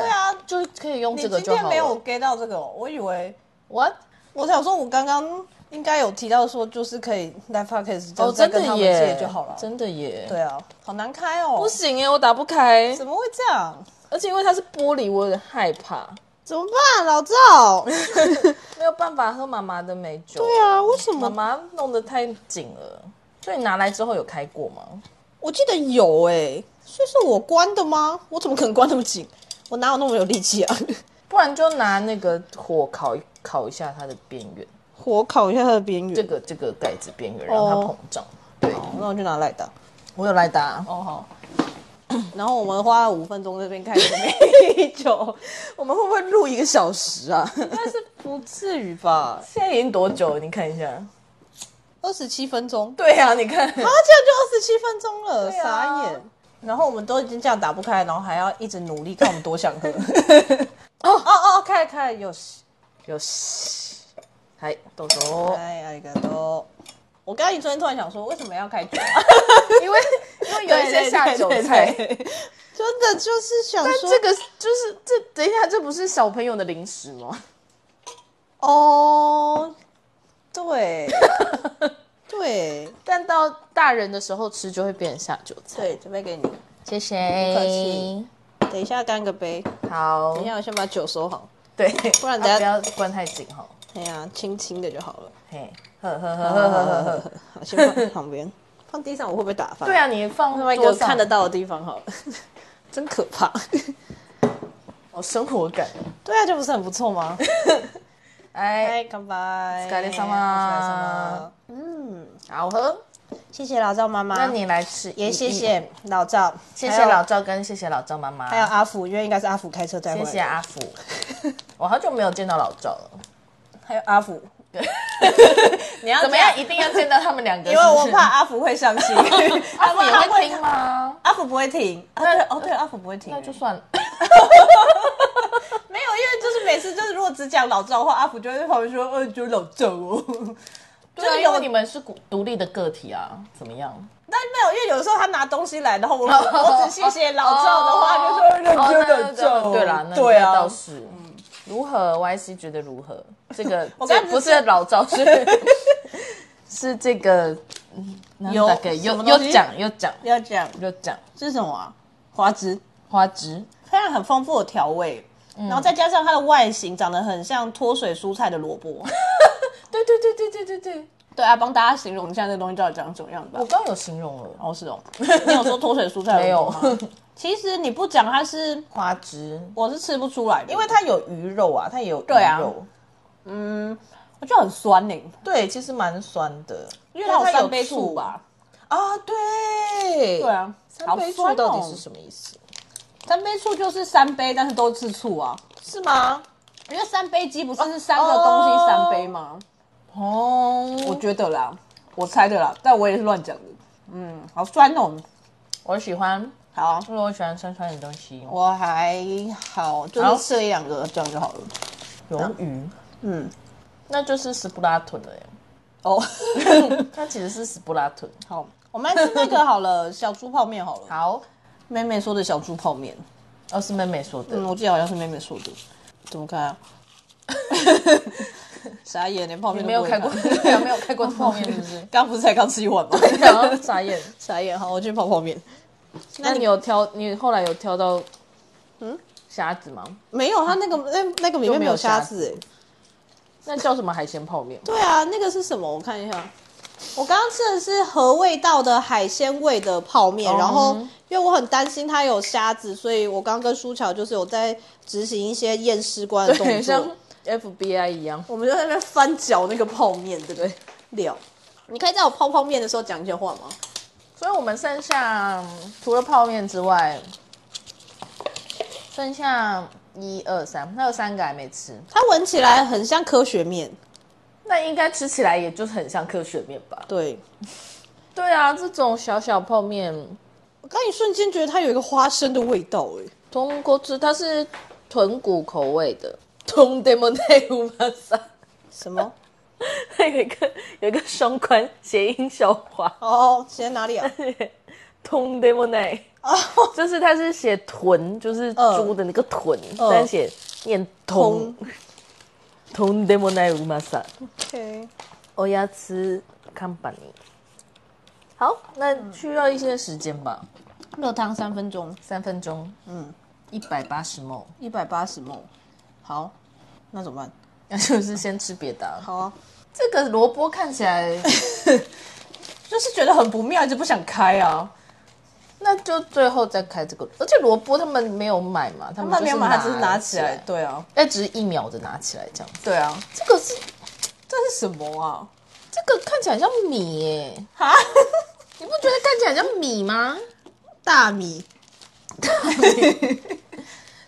[SPEAKER 2] 对啊，
[SPEAKER 1] 就是可以用
[SPEAKER 2] 你
[SPEAKER 1] 这个
[SPEAKER 2] 今
[SPEAKER 1] 就好
[SPEAKER 2] 天
[SPEAKER 1] 了。
[SPEAKER 2] 没有 get 到这个哦、我以为
[SPEAKER 1] what？
[SPEAKER 2] 我想说，我刚刚应该有提到说，就是可以 live podcast 就
[SPEAKER 1] 哦，
[SPEAKER 2] 再
[SPEAKER 1] 真的
[SPEAKER 2] 跟他们
[SPEAKER 1] 耶
[SPEAKER 2] 借，就好了。
[SPEAKER 1] 真的耶。
[SPEAKER 2] 对啊，好难开哦，
[SPEAKER 1] 不行耶，我打不开，
[SPEAKER 2] 怎么会这样？
[SPEAKER 1] 而且因为它是玻璃，我有点害怕，
[SPEAKER 2] 怎么办，老 [laughs] 赵？
[SPEAKER 1] 没有办法喝妈妈的美酒。
[SPEAKER 2] 对啊，为什
[SPEAKER 1] 妈
[SPEAKER 2] 么？
[SPEAKER 1] 妈弄得太紧了。所以你拿来之后有开过吗？
[SPEAKER 2] 我记得有哎、所以是我关的吗？我怎么可能关那么紧？我哪有那么有力气啊？ [laughs]
[SPEAKER 1] 不然就拿那个火烤一烤一下它的边缘，
[SPEAKER 2] 火烤一下它的边缘。
[SPEAKER 1] 这个这个盖子边缘让它膨
[SPEAKER 2] 哦
[SPEAKER 1] 胀。对，
[SPEAKER 2] 好那我就拿来打。
[SPEAKER 1] 我有来打。
[SPEAKER 2] 哦好。 [coughs] 然后我们花了五分钟在这边开始美酒，我们会不会 [laughs] 录一个小时啊？
[SPEAKER 1] 应该是不至于。
[SPEAKER 2] 吧，
[SPEAKER 1] 现在已经多久了？你看一下。
[SPEAKER 2] 二十七分钟，
[SPEAKER 1] 对啊，你看。
[SPEAKER 2] 啊，这样就二十七分钟了，
[SPEAKER 1] 对啊
[SPEAKER 2] 傻眼。然后我们都已经这样打不开，然后还要一直努力，看我们多 [laughs] 想喝。哦哦哦，开了开了，有戏。
[SPEAKER 1] よし。はい、どうぞ。
[SPEAKER 2] 哎，阿里嘎多。我刚刚昨天突然想说，为什么要开
[SPEAKER 1] [laughs]
[SPEAKER 2] 酒？啊 [laughs]
[SPEAKER 1] 因为因为有一些下酒菜，
[SPEAKER 2] 对，对对对真的就是想
[SPEAKER 1] 但
[SPEAKER 2] 说
[SPEAKER 1] 这个就是这等一下，这不是小朋友的零食吗？
[SPEAKER 2] 哦，对对
[SPEAKER 1] 但到大人的时候吃就会变成下酒菜。
[SPEAKER 2] 对，准备给你。
[SPEAKER 1] 谢谢，
[SPEAKER 2] 不客气。等一下干个杯，
[SPEAKER 1] 好
[SPEAKER 2] 等一，下我先把酒收好。
[SPEAKER 1] 对，
[SPEAKER 2] 不然
[SPEAKER 1] 啊
[SPEAKER 2] 等下
[SPEAKER 1] 不要关太紧哈。
[SPEAKER 2] 哎呀，轻轻的就好 [laughs] 了。
[SPEAKER 1] 嘿，呵呵呵呵呵呵呵。
[SPEAKER 2] 好，先放在旁边， [laughs] 放地上我会不会打翻？
[SPEAKER 1] 对，啊，你放
[SPEAKER 2] 另外一
[SPEAKER 1] 桌
[SPEAKER 2] 个
[SPEAKER 1] 上
[SPEAKER 2] 看得，到的地方好 [laughs] 了。真可怕。
[SPEAKER 1] 哦，生活感。
[SPEAKER 2] [laughs] 对啊，这不是很不错 [laughs] 吗？
[SPEAKER 1] 哎，
[SPEAKER 2] 哎，干杯！お
[SPEAKER 1] 疲れ様
[SPEAKER 2] 様嗯，
[SPEAKER 1] 好喝。
[SPEAKER 2] 谢谢老赵妈妈。
[SPEAKER 1] 那你来吃，
[SPEAKER 2] 也谢，谢老赵，
[SPEAKER 1] 谢
[SPEAKER 2] 还
[SPEAKER 1] 谢
[SPEAKER 2] 有
[SPEAKER 1] 老，赵跟谢谢老赵妈妈，
[SPEAKER 2] 还有阿福，因为应该是阿福开车带回
[SPEAKER 1] 谢
[SPEAKER 2] 来。
[SPEAKER 1] 谢，阿
[SPEAKER 2] [laughs]
[SPEAKER 1] 福。我好久没有见到老赵了。
[SPEAKER 2] 还有阿福。你要
[SPEAKER 1] 怎么样？一定要见到他们两个？
[SPEAKER 2] 啊因为我
[SPEAKER 1] 是不
[SPEAKER 2] 怕
[SPEAKER 1] 是
[SPEAKER 2] 阿福会伤心，
[SPEAKER 1] 阿
[SPEAKER 2] 阿
[SPEAKER 1] 福也会听，吗？
[SPEAKER 2] 阿福不会停。哦对哦对，阿福不会停
[SPEAKER 1] 那。就算了。
[SPEAKER 2] 没有，因为就是每次就是如果只讲老赵的话，阿福就会在旁边说，呃，就是老赵哦。就
[SPEAKER 1] 对啊，
[SPEAKER 2] 是
[SPEAKER 1] 因
[SPEAKER 2] 有
[SPEAKER 1] 为你们是独独立的个体啊，怎么样？
[SPEAKER 2] 但没有，因为有时候他拿东西来，然后我我只谢谢老赵的话，就说呃
[SPEAKER 1] 哦
[SPEAKER 2] 老赵老
[SPEAKER 1] 那
[SPEAKER 2] 赵哦。
[SPEAKER 1] 对啦，那
[SPEAKER 2] 对
[SPEAKER 1] 那倒
[SPEAKER 2] 啊，
[SPEAKER 1] 是。嗯，如何？YC 觉得如何？这个
[SPEAKER 2] [laughs] 我刚
[SPEAKER 1] 这
[SPEAKER 2] 才
[SPEAKER 1] 不是老赵，是 [laughs] 是这个嗯，
[SPEAKER 2] 有
[SPEAKER 1] 大概又
[SPEAKER 2] 什么
[SPEAKER 1] 又
[SPEAKER 2] 东西
[SPEAKER 1] 讲又讲
[SPEAKER 2] 不要讲
[SPEAKER 1] 又讲
[SPEAKER 2] 这是什么啊？花枝。
[SPEAKER 1] 花枝，
[SPEAKER 2] 非常很丰富的调味，然后再加上它的外形长得很像脱水蔬菜的萝卜。
[SPEAKER 1] 对对对对对对对，
[SPEAKER 2] [laughs] 对啊，帮大家形容一下这东西到底长什么样吧
[SPEAKER 1] 我。刚刚有形容了
[SPEAKER 2] 哦，是哦， [laughs] 你有说脱水蔬菜的萝卜
[SPEAKER 1] 没
[SPEAKER 2] 吗？ [laughs] 其实你不讲它是，
[SPEAKER 1] [laughs] 花枝，
[SPEAKER 2] 我是吃不出来的，
[SPEAKER 1] 因为它有鱼肉啊，它也有鱼
[SPEAKER 2] 对啊
[SPEAKER 1] 肉，
[SPEAKER 2] 我觉得很酸呢、
[SPEAKER 1] 对，其实蛮酸的，因
[SPEAKER 2] 因为它有三杯醋吧。
[SPEAKER 1] 啊，对，
[SPEAKER 2] 对，啊，
[SPEAKER 1] 三杯醋
[SPEAKER 2] 好酸哦
[SPEAKER 1] 到底是什么意思？
[SPEAKER 2] 三杯醋就是三杯，但是都是醋啊。哦
[SPEAKER 1] 是吗？
[SPEAKER 2] 因为三杯鸡不是是三个东西三杯吗？
[SPEAKER 1] 哦，
[SPEAKER 2] 我
[SPEAKER 1] 我
[SPEAKER 2] 觉得啦，我猜的啦，但我也是乱讲的。嗯，好酸哦。
[SPEAKER 1] 我喜欢，
[SPEAKER 2] 好，
[SPEAKER 1] 因为我喜欢酸酸的东西，
[SPEAKER 2] 我还好，就是吃了一两个，这样就好了。
[SPEAKER 1] 鱿鱼，
[SPEAKER 2] 嗯，
[SPEAKER 1] 那就是斯布拉豚了耶， [laughs]
[SPEAKER 2] 哦，
[SPEAKER 1] 它其实是斯布拉豚。
[SPEAKER 2] 好，我们来吃那个好了，小猪泡面好了。
[SPEAKER 1] 好，
[SPEAKER 2] 妹妹说的小猪泡面，
[SPEAKER 1] 哦，是妹妹说的，
[SPEAKER 2] 嗯，我记得好像是妹妹说的。怎么开
[SPEAKER 1] [laughs]
[SPEAKER 2] 啊？傻眼，连泡面
[SPEAKER 1] 你
[SPEAKER 2] 都
[SPEAKER 1] 没有
[SPEAKER 2] 不会
[SPEAKER 1] 开过，对啊， [laughs] 没有开过泡面是不
[SPEAKER 2] [laughs]
[SPEAKER 1] 是？
[SPEAKER 2] 刚不是才刚吃一碗吗？
[SPEAKER 1] 然后傻眼。
[SPEAKER 2] [laughs] 傻眼，好，我去泡泡面。
[SPEAKER 1] 那你有挑，你后来有挑到嗯虾子吗？
[SPEAKER 2] 没有，它那个那那个里
[SPEAKER 1] 就
[SPEAKER 2] 面
[SPEAKER 1] 没
[SPEAKER 2] 没
[SPEAKER 1] 有
[SPEAKER 2] 有虾
[SPEAKER 1] 虾
[SPEAKER 2] 子哎。
[SPEAKER 1] 那叫什么海鲜泡面？
[SPEAKER 2] 对啊，那个是什么？我看一下。我刚刚吃的是合味道的海鲜味的泡面，
[SPEAKER 1] 哦
[SPEAKER 2] 然后因为我很担心它有虾子，所以我刚跟舒乔就是有在执行一些验尸官的动
[SPEAKER 1] [laughs] 对，像
[SPEAKER 2] 作，
[SPEAKER 1] FBI 一样。
[SPEAKER 2] 我们就在那边翻搅那个泡面，对不对？料，你可以在我泡泡面的时候讲一些话吗？
[SPEAKER 1] 所以我们剩下嗯除了泡面之外，剩下一二三，那有三个还没吃，
[SPEAKER 2] 它闻起来很像科学面，
[SPEAKER 1] 那应该吃起来也就是很像科学面吧？
[SPEAKER 2] 对
[SPEAKER 1] 对啊，这种小小泡面，
[SPEAKER 2] 我刚一瞬间觉得它有一个花生的味道、哎，
[SPEAKER 1] 通过吃它是豚骨口味的，通 [laughs] d e m o n 乌马 [laughs] 萨，
[SPEAKER 2] 什 [laughs] 么？
[SPEAKER 1] 它有一个有一个双关谐音笑话，
[SPEAKER 2] [laughs] 哦，写在哪里啊？
[SPEAKER 1] 通 d e m o n e 就是他是写豚，就是猪的那个豚，
[SPEAKER 2] 嗯
[SPEAKER 1] 但写念通通 d e m o n e 乌玛萨，
[SPEAKER 2] OK，
[SPEAKER 1] 欧亚吃 company。好，那需要一些时间吧，
[SPEAKER 2] 热汤三分钟，
[SPEAKER 1] 三分钟，嗯，一百八十梦，
[SPEAKER 2] 一百八十梦。好，那怎么办？
[SPEAKER 1] 那就是先吃别的啊。
[SPEAKER 2] 好啊，
[SPEAKER 1] 这个萝卜看起 [laughs] 来，
[SPEAKER 2] 就是觉得很不妙，就不想开啊。
[SPEAKER 1] 那就最后再开这个，而且萝卜他们没有买嘛，他
[SPEAKER 2] 他
[SPEAKER 1] 们
[SPEAKER 2] 们没有把它只
[SPEAKER 1] 就是
[SPEAKER 2] 拿起来。，对啊，
[SPEAKER 1] 哎，只是一秒的拿起来这样。
[SPEAKER 2] 对啊，
[SPEAKER 1] 这个是
[SPEAKER 2] 这是什么啊？
[SPEAKER 1] 这个看起来像米耶，
[SPEAKER 2] 哈，
[SPEAKER 1] 你不觉得看起来像米吗？
[SPEAKER 2] [laughs] 大米。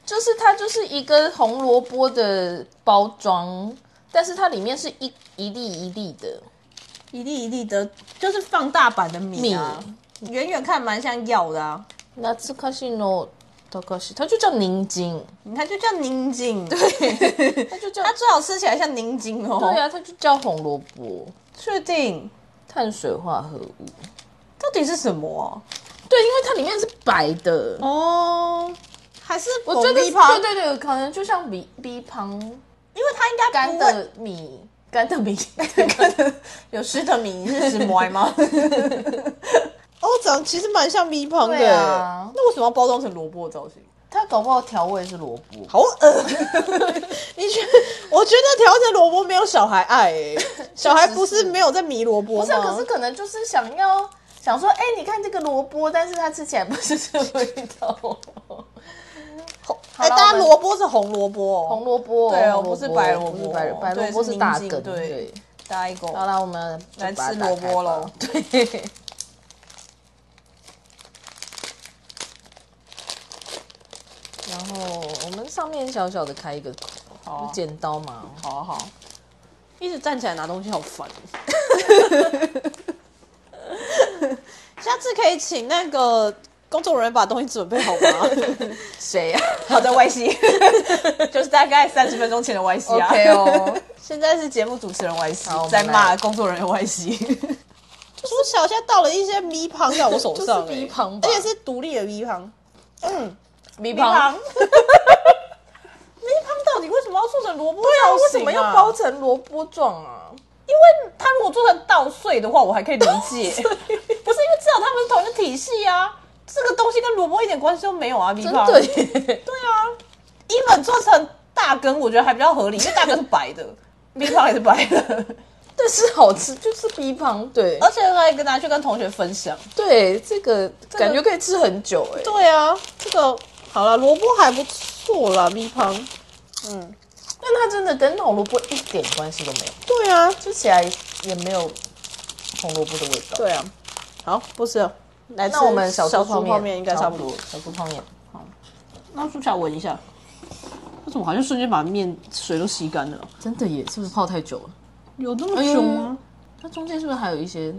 [SPEAKER 1] 就是它就是一个红萝卜的包装，但是它里面是一一粒一粒的。
[SPEAKER 2] 一粒一粒的，就是放大版的米啊，远远看蛮像药的啊，
[SPEAKER 1] 那次卡西诺，多卡西，它就叫宁津，
[SPEAKER 2] 你看就叫宁静，对，
[SPEAKER 1] 它就叫
[SPEAKER 2] 它最好吃起来像宁静哦。
[SPEAKER 1] 对啊，它就叫红萝卜
[SPEAKER 2] 确定
[SPEAKER 1] 碳水化合物。
[SPEAKER 2] 到底是什么
[SPEAKER 1] 对，因为它里面是白的
[SPEAKER 2] 啊、。哦，还是
[SPEAKER 1] 我觉得
[SPEAKER 2] 米泡
[SPEAKER 1] 对，对对，可能就像米米旁
[SPEAKER 2] 因为它应该
[SPEAKER 1] 干
[SPEAKER 2] 不会
[SPEAKER 1] 的米，干的米， [laughs]
[SPEAKER 2] 有湿的米，你 [laughs] 是石磨吗？哦，长得其实蛮像米胖
[SPEAKER 1] 对
[SPEAKER 2] 的、
[SPEAKER 1] 啊
[SPEAKER 2] 那为什么要包装成萝卜的造型？
[SPEAKER 1] 它搞不好调味是萝卜。
[SPEAKER 2] 好恶、 [laughs] 你觉我觉得调整萝卜没有小孩爱、欸， [laughs] 小孩不是没有在迷萝卜吗？
[SPEAKER 1] 不是啊，可是可能就是想要想说，哎、你看这个萝卜，但是它吃起来不是这个味道，
[SPEAKER 2] 哎、
[SPEAKER 1] 好啦
[SPEAKER 2] 大家
[SPEAKER 1] 我们
[SPEAKER 2] 萝卜是红萝卜、
[SPEAKER 1] [laughs]
[SPEAKER 2] 哦，
[SPEAKER 1] 红萝卜，
[SPEAKER 2] 对哦
[SPEAKER 1] 红
[SPEAKER 2] 不是白萝卜
[SPEAKER 1] 不是白萝
[SPEAKER 2] 对
[SPEAKER 1] 白萝卜
[SPEAKER 2] 是
[SPEAKER 1] 是大
[SPEAKER 2] 宁
[SPEAKER 1] 根，
[SPEAKER 2] 静对
[SPEAKER 1] 对。
[SPEAKER 2] 大一个。
[SPEAKER 1] 好啦，我们就
[SPEAKER 2] 来
[SPEAKER 1] 把它
[SPEAKER 2] 吃
[SPEAKER 1] 打
[SPEAKER 2] 萝
[SPEAKER 1] 开
[SPEAKER 2] 卜
[SPEAKER 1] 吧
[SPEAKER 2] 喽
[SPEAKER 1] 对。然后我们上面小小的开一个口，
[SPEAKER 2] 好啊
[SPEAKER 1] 用剪刀嘛，
[SPEAKER 2] 好啊好啊，一直站起来拿东西好 [laughs] 烦。下次可以请那个工作人员把东西准备好吗？
[SPEAKER 1] 谁啊呀、
[SPEAKER 2] [laughs] 好的，Y C，就是大概三十分钟前的 Y C 啊。
[SPEAKER 1] OK 哦。
[SPEAKER 2] [laughs] 现在是节目主持人 Y C
[SPEAKER 1] 好我们
[SPEAKER 2] 在骂
[SPEAKER 1] 来
[SPEAKER 2] 工作人员 Y C，就是小虾倒了一些米旁在我手上、
[SPEAKER 1] 就
[SPEAKER 2] 欸，
[SPEAKER 1] 是米旁吧
[SPEAKER 2] 而且是独立的米旁。
[SPEAKER 1] [laughs] 米
[SPEAKER 2] 米旁， [laughs]
[SPEAKER 1] 旁，
[SPEAKER 2] 米旁到底为什么要做成萝卜、对啊
[SPEAKER 1] 它为什么要包？成萝卜状啊？
[SPEAKER 2] 因为它如果做成稻穗的话，我还可以理解。 [laughs] 不是因为至少他们是同一个体系啊，这个东西跟萝卜一点关系都没有啊，米
[SPEAKER 1] 真
[SPEAKER 2] 旁。
[SPEAKER 1] 的耶，
[SPEAKER 2] 对啊，一本做成大根，我觉得还比较合理，因为大根是白 [laughs] 的，米旁也是白的，
[SPEAKER 1] 但是好吃，就是米旁，对
[SPEAKER 2] [laughs] 而且还跟拿去跟同学分享。
[SPEAKER 1] 对，这个感觉可以吃很久哎。
[SPEAKER 2] 对啊，这个好了，萝卜还不错啦，米旁。
[SPEAKER 1] 但它真的跟红萝卜一点关系都没有，
[SPEAKER 2] 对啊，
[SPEAKER 1] 吃起来也没有红萝卜的味道。
[SPEAKER 2] 对啊，好，不吃了。来吃
[SPEAKER 1] 那我们小
[SPEAKER 2] 小
[SPEAKER 1] 猪
[SPEAKER 2] 猪
[SPEAKER 1] 泡面
[SPEAKER 2] 泡面应该差不多。，
[SPEAKER 1] 小猪泡面
[SPEAKER 2] 那猪脚闻一下，为什么好像瞬间把面水都吸干了？
[SPEAKER 1] 真的耶，是不是泡太久了？
[SPEAKER 2] 有这么
[SPEAKER 1] 久
[SPEAKER 2] 久
[SPEAKER 1] 吗
[SPEAKER 2] 吗？
[SPEAKER 1] 它中间是不是还有一些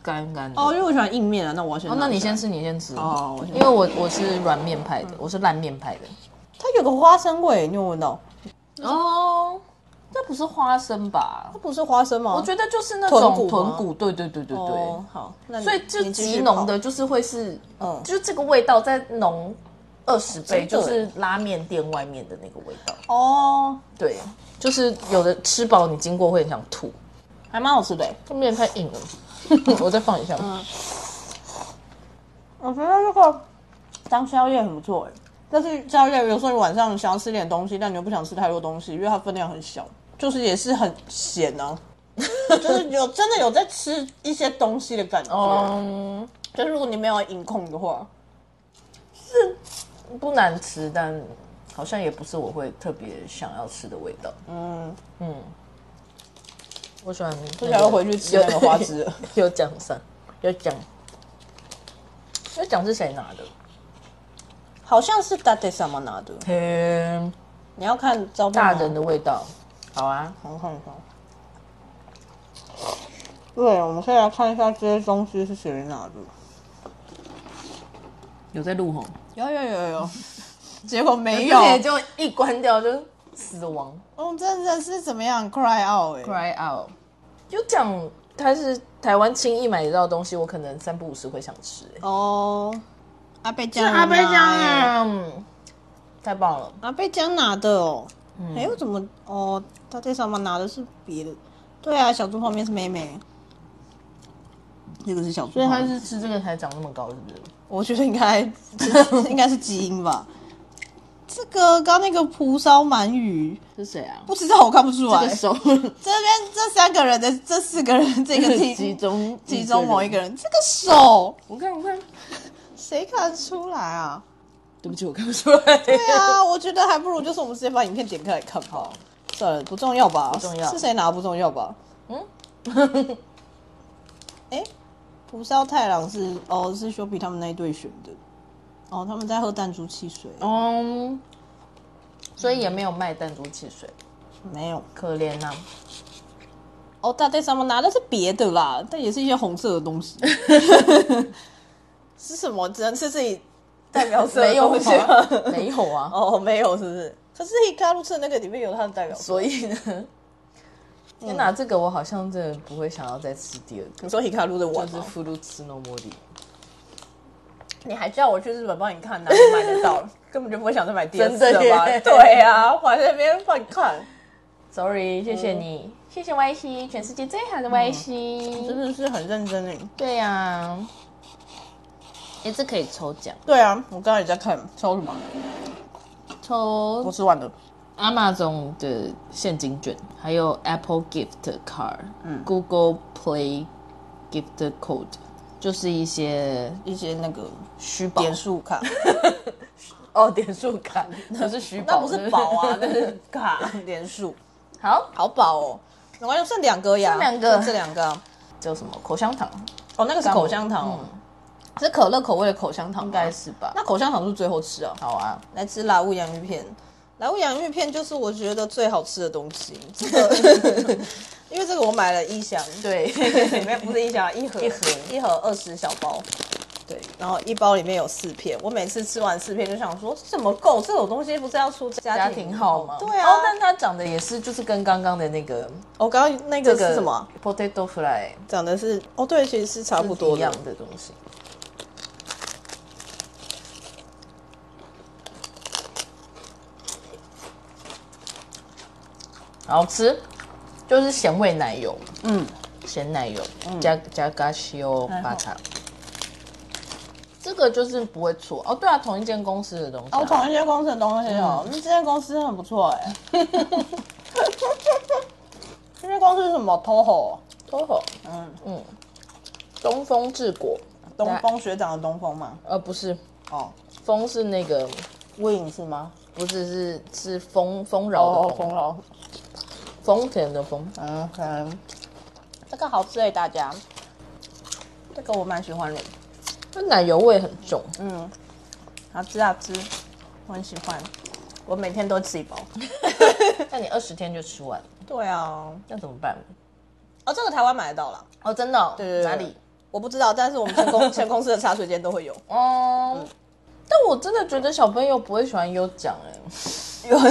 [SPEAKER 1] 干干的？
[SPEAKER 2] 哦，
[SPEAKER 1] 哦，
[SPEAKER 2] 因为我喜欢硬面啊，那我要先、
[SPEAKER 1] 那你先。吃，你先吃。
[SPEAKER 2] 哦我先
[SPEAKER 1] 因为我我是软面派的，我是烂面派的。
[SPEAKER 2] 它有个花生味，你有闻到？
[SPEAKER 1] 哦，这不是花生吧
[SPEAKER 2] 它？不是花生吗？
[SPEAKER 1] 我觉得就是那
[SPEAKER 2] 哦豚
[SPEAKER 1] 种
[SPEAKER 2] 骨吗
[SPEAKER 1] 豚骨，对对对对对
[SPEAKER 2] 哦，。好，那你
[SPEAKER 1] 所以就
[SPEAKER 2] 你继续
[SPEAKER 1] 极
[SPEAKER 2] 泡
[SPEAKER 1] 浓的，就是会是，
[SPEAKER 2] 嗯
[SPEAKER 1] 就是这个味道再浓二十倍，
[SPEAKER 2] 真的
[SPEAKER 1] 就是拉面店外面的那个味道。
[SPEAKER 2] 哦，
[SPEAKER 1] 对，就是有的吃饱你经过会很想吐。
[SPEAKER 2] 还蛮好吃的欸。
[SPEAKER 1] 这面太 [laughs] 硬了，我再放一下。
[SPEAKER 2] 我觉得这个当宵夜很不错哎，但是宵夜有时候你晚上想要吃点东西，但你又不想吃太多东西，因为它分量很小，就是也是很咸啊。 [laughs] 就是有真的有在吃一些东西的感觉，
[SPEAKER 1] 嗯，
[SPEAKER 2] 就是如果你没有饮控的话，
[SPEAKER 1] 不难吃，但好像也不是我会特别想要吃的味道。
[SPEAKER 2] 嗯，
[SPEAKER 1] 我喜欢、
[SPEAKER 2] 不想要回去吃那个
[SPEAKER 1] [laughs]
[SPEAKER 2] 花枝了。
[SPEAKER 1] 有奖赏，有奖。有奖是谁拿的？
[SPEAKER 2] 好像是大 a 什么拿的，
[SPEAKER 1] 嗯，
[SPEAKER 2] 你要看照片
[SPEAKER 1] 大
[SPEAKER 2] 吗
[SPEAKER 1] 人的味道。好啊，
[SPEAKER 2] 我看一下。对，我们可以来看一下这些东西是谁拿的。
[SPEAKER 1] 有在录吼。哎
[SPEAKER 2] 有有
[SPEAKER 1] [laughs]
[SPEAKER 2] 有有，结果没有。
[SPEAKER 1] 对，就一关掉就死亡欸
[SPEAKER 2] 我们真的是怎么样 cry out 哎、
[SPEAKER 1] ，cry out。有讲它是台湾轻易买得到的东西，我可能三不五时会想吃、欸。
[SPEAKER 2] 哦，阿贝
[SPEAKER 1] 是
[SPEAKER 2] 江，
[SPEAKER 1] 阿贝酱，啊，嗯太棒了！
[SPEAKER 2] 阿贝江拿的哦。
[SPEAKER 1] 嗯
[SPEAKER 2] 哎、我怎么哦？他在上面拿的是别的。对啊，小猪旁边是妹妹，这个是小猪
[SPEAKER 1] 所以
[SPEAKER 2] 泡
[SPEAKER 1] 他
[SPEAKER 2] 面。
[SPEAKER 1] 是吃这个才长那么高，是不是？
[SPEAKER 2] 我觉得应该应该是基因吧。这个刚那个蒲烧鳗鱼，
[SPEAKER 1] 是谁啊？
[SPEAKER 2] 不知道我看不出来。
[SPEAKER 1] 手 [laughs]
[SPEAKER 2] 这边这三个人的这四个人，这个
[SPEAKER 1] 集
[SPEAKER 2] 其
[SPEAKER 1] 中
[SPEAKER 2] 其中某一个人，这个手
[SPEAKER 1] 我看我看，
[SPEAKER 2] 谁看得出来啊？
[SPEAKER 1] 对不起，我看不出来。
[SPEAKER 2] 对啊，我觉得还不如就是我们直接把影片点开来看吧。算了，不重要吧？不
[SPEAKER 1] 重要
[SPEAKER 2] 是谁拿不重要吧？嗯
[SPEAKER 1] 嗯，
[SPEAKER 2] [laughs] 哎，蒲烧太郎是哦，是修比他们那一队选的。哦，他们在喝弹珠汽水。
[SPEAKER 1] [laughs] 嗯，所以也没有卖弹珠汽水，
[SPEAKER 2] 没有。
[SPEAKER 1] 可怜呐、啊。
[SPEAKER 2] 哦，大队上面拿的是别的啦，但也是一些红色的东 [laughs] 西。是什么？只能是自己代表色的
[SPEAKER 1] 没有
[SPEAKER 2] 东西
[SPEAKER 1] 啊
[SPEAKER 2] 吗？，
[SPEAKER 1] 没有啊。
[SPEAKER 2] 哦，没有，是不是？可是 Hikaru 吃的那个里面有他的代表色。
[SPEAKER 1] 所以呢，天哪，这个我好像真的不会想要再吃第二个，
[SPEAKER 2] 你说 Hikaru 的碗
[SPEAKER 1] 就是
[SPEAKER 2] 吗？
[SPEAKER 1] 福禄吃诺莫里，
[SPEAKER 2] 你还叫我去日本帮你看，哪 [laughs] 里买得到？根本就不会想再买第二次了
[SPEAKER 1] 真的
[SPEAKER 2] 吧？
[SPEAKER 1] 耶
[SPEAKER 2] 对啊，我还在那边帮你看，
[SPEAKER 1] Sorry，谢谢你，谢谢 Y C，全世界最好的 Y C，、
[SPEAKER 2] 真的是很认真诶。
[SPEAKER 1] 对呀、啊，哎、这可以抽奖，
[SPEAKER 2] 对啊，我刚刚也在看，抽什么？我
[SPEAKER 1] 抽
[SPEAKER 2] 吃完了。
[SPEAKER 1] Amazon 的现金券，还有 Apple Gift Card，嗯，Google Play Gift Code，就是一些
[SPEAKER 2] 一些那个
[SPEAKER 1] 虚宝
[SPEAKER 2] 点数卡，
[SPEAKER 1] 哦，点数卡，不是
[SPEAKER 2] [laughs]
[SPEAKER 1] 虚
[SPEAKER 2] 那
[SPEAKER 1] 宝，
[SPEAKER 2] 不是宝啊，那是卡点数。
[SPEAKER 1] [laughs] 好，
[SPEAKER 2] 好饱哦，没关系，剩两个呀，
[SPEAKER 1] 剩两个
[SPEAKER 2] 剩这两个啊。
[SPEAKER 1] 叫什么口香糖，
[SPEAKER 2] 哦，那个是口香糖哦，
[SPEAKER 1] 嗯
[SPEAKER 2] 是可乐口味的口香糖，应
[SPEAKER 1] 应该。是吧？
[SPEAKER 2] 那口香糖是最后吃啊，
[SPEAKER 1] 好啊，
[SPEAKER 2] 来吃辣物洋芋片。辣物洋芋片就是我觉得最好吃的东西，这
[SPEAKER 1] [laughs]
[SPEAKER 2] 个因为这个我买了一箱， [laughs]
[SPEAKER 1] 对，
[SPEAKER 2] 里面不是一箱啊，一盒
[SPEAKER 1] 一盒
[SPEAKER 2] 一盒二十小包，对，然后一包里面有四片，我每次吃完四片就想说这怎么够？这种东西不是要出家
[SPEAKER 1] 家
[SPEAKER 2] 庭
[SPEAKER 1] 庭号吗？
[SPEAKER 2] 对啊，
[SPEAKER 1] 哦，但它长得也是，就是跟刚刚的那个
[SPEAKER 2] 我刚刚那个
[SPEAKER 1] 这个
[SPEAKER 2] 是什么啊？
[SPEAKER 1] potato fry
[SPEAKER 2] 讲的是哦，对，其实是差不多
[SPEAKER 1] 一
[SPEAKER 2] 的
[SPEAKER 1] 样。的东西。好吃，就是咸味奶油，
[SPEAKER 2] 嗯，
[SPEAKER 1] 咸奶油、加加嘎西欧
[SPEAKER 2] 还好
[SPEAKER 1] 巴塔，这个就是不会错哦。对啊，同一间公司的东西啊、
[SPEAKER 2] 哦，同一间公司的东西哦，那这间公司很不错哎。 [laughs] 这间公司是什么？Toho，
[SPEAKER 1] Toho，
[SPEAKER 2] 嗯，
[SPEAKER 1] 嗯，东风治国，
[SPEAKER 2] 东风学长的东风嘛。
[SPEAKER 1] 呃不是，
[SPEAKER 2] 哦
[SPEAKER 1] 风是那个
[SPEAKER 2] ，Win 是吗？
[SPEAKER 1] 不是是是丰丰饶的丰，
[SPEAKER 2] 哦楼。
[SPEAKER 1] 丰田的丰。
[SPEAKER 2] 嗯，可能这个好吃哎，大家。这个我蛮喜欢的，
[SPEAKER 1] 它奶油味很
[SPEAKER 2] [laughs]
[SPEAKER 1] 重，
[SPEAKER 2] 嗯，好吃好吃，我很喜欢，我每天都吃一包。
[SPEAKER 1] 那你二十天就吃完了，
[SPEAKER 2] 对啊，
[SPEAKER 1] 那怎么办？
[SPEAKER 2] 哦，这个台湾买得到啦。
[SPEAKER 1] 哦，真的、哦？
[SPEAKER 2] 对对对
[SPEAKER 1] 哪里？
[SPEAKER 2] 我不知道，但是我们前 [laughs] 公前公司的茶水间都会有。
[SPEAKER 1] 哦、
[SPEAKER 2] 嗯
[SPEAKER 1] 但我真的觉得小朋友不会喜欢优奖哎，
[SPEAKER 2] 有有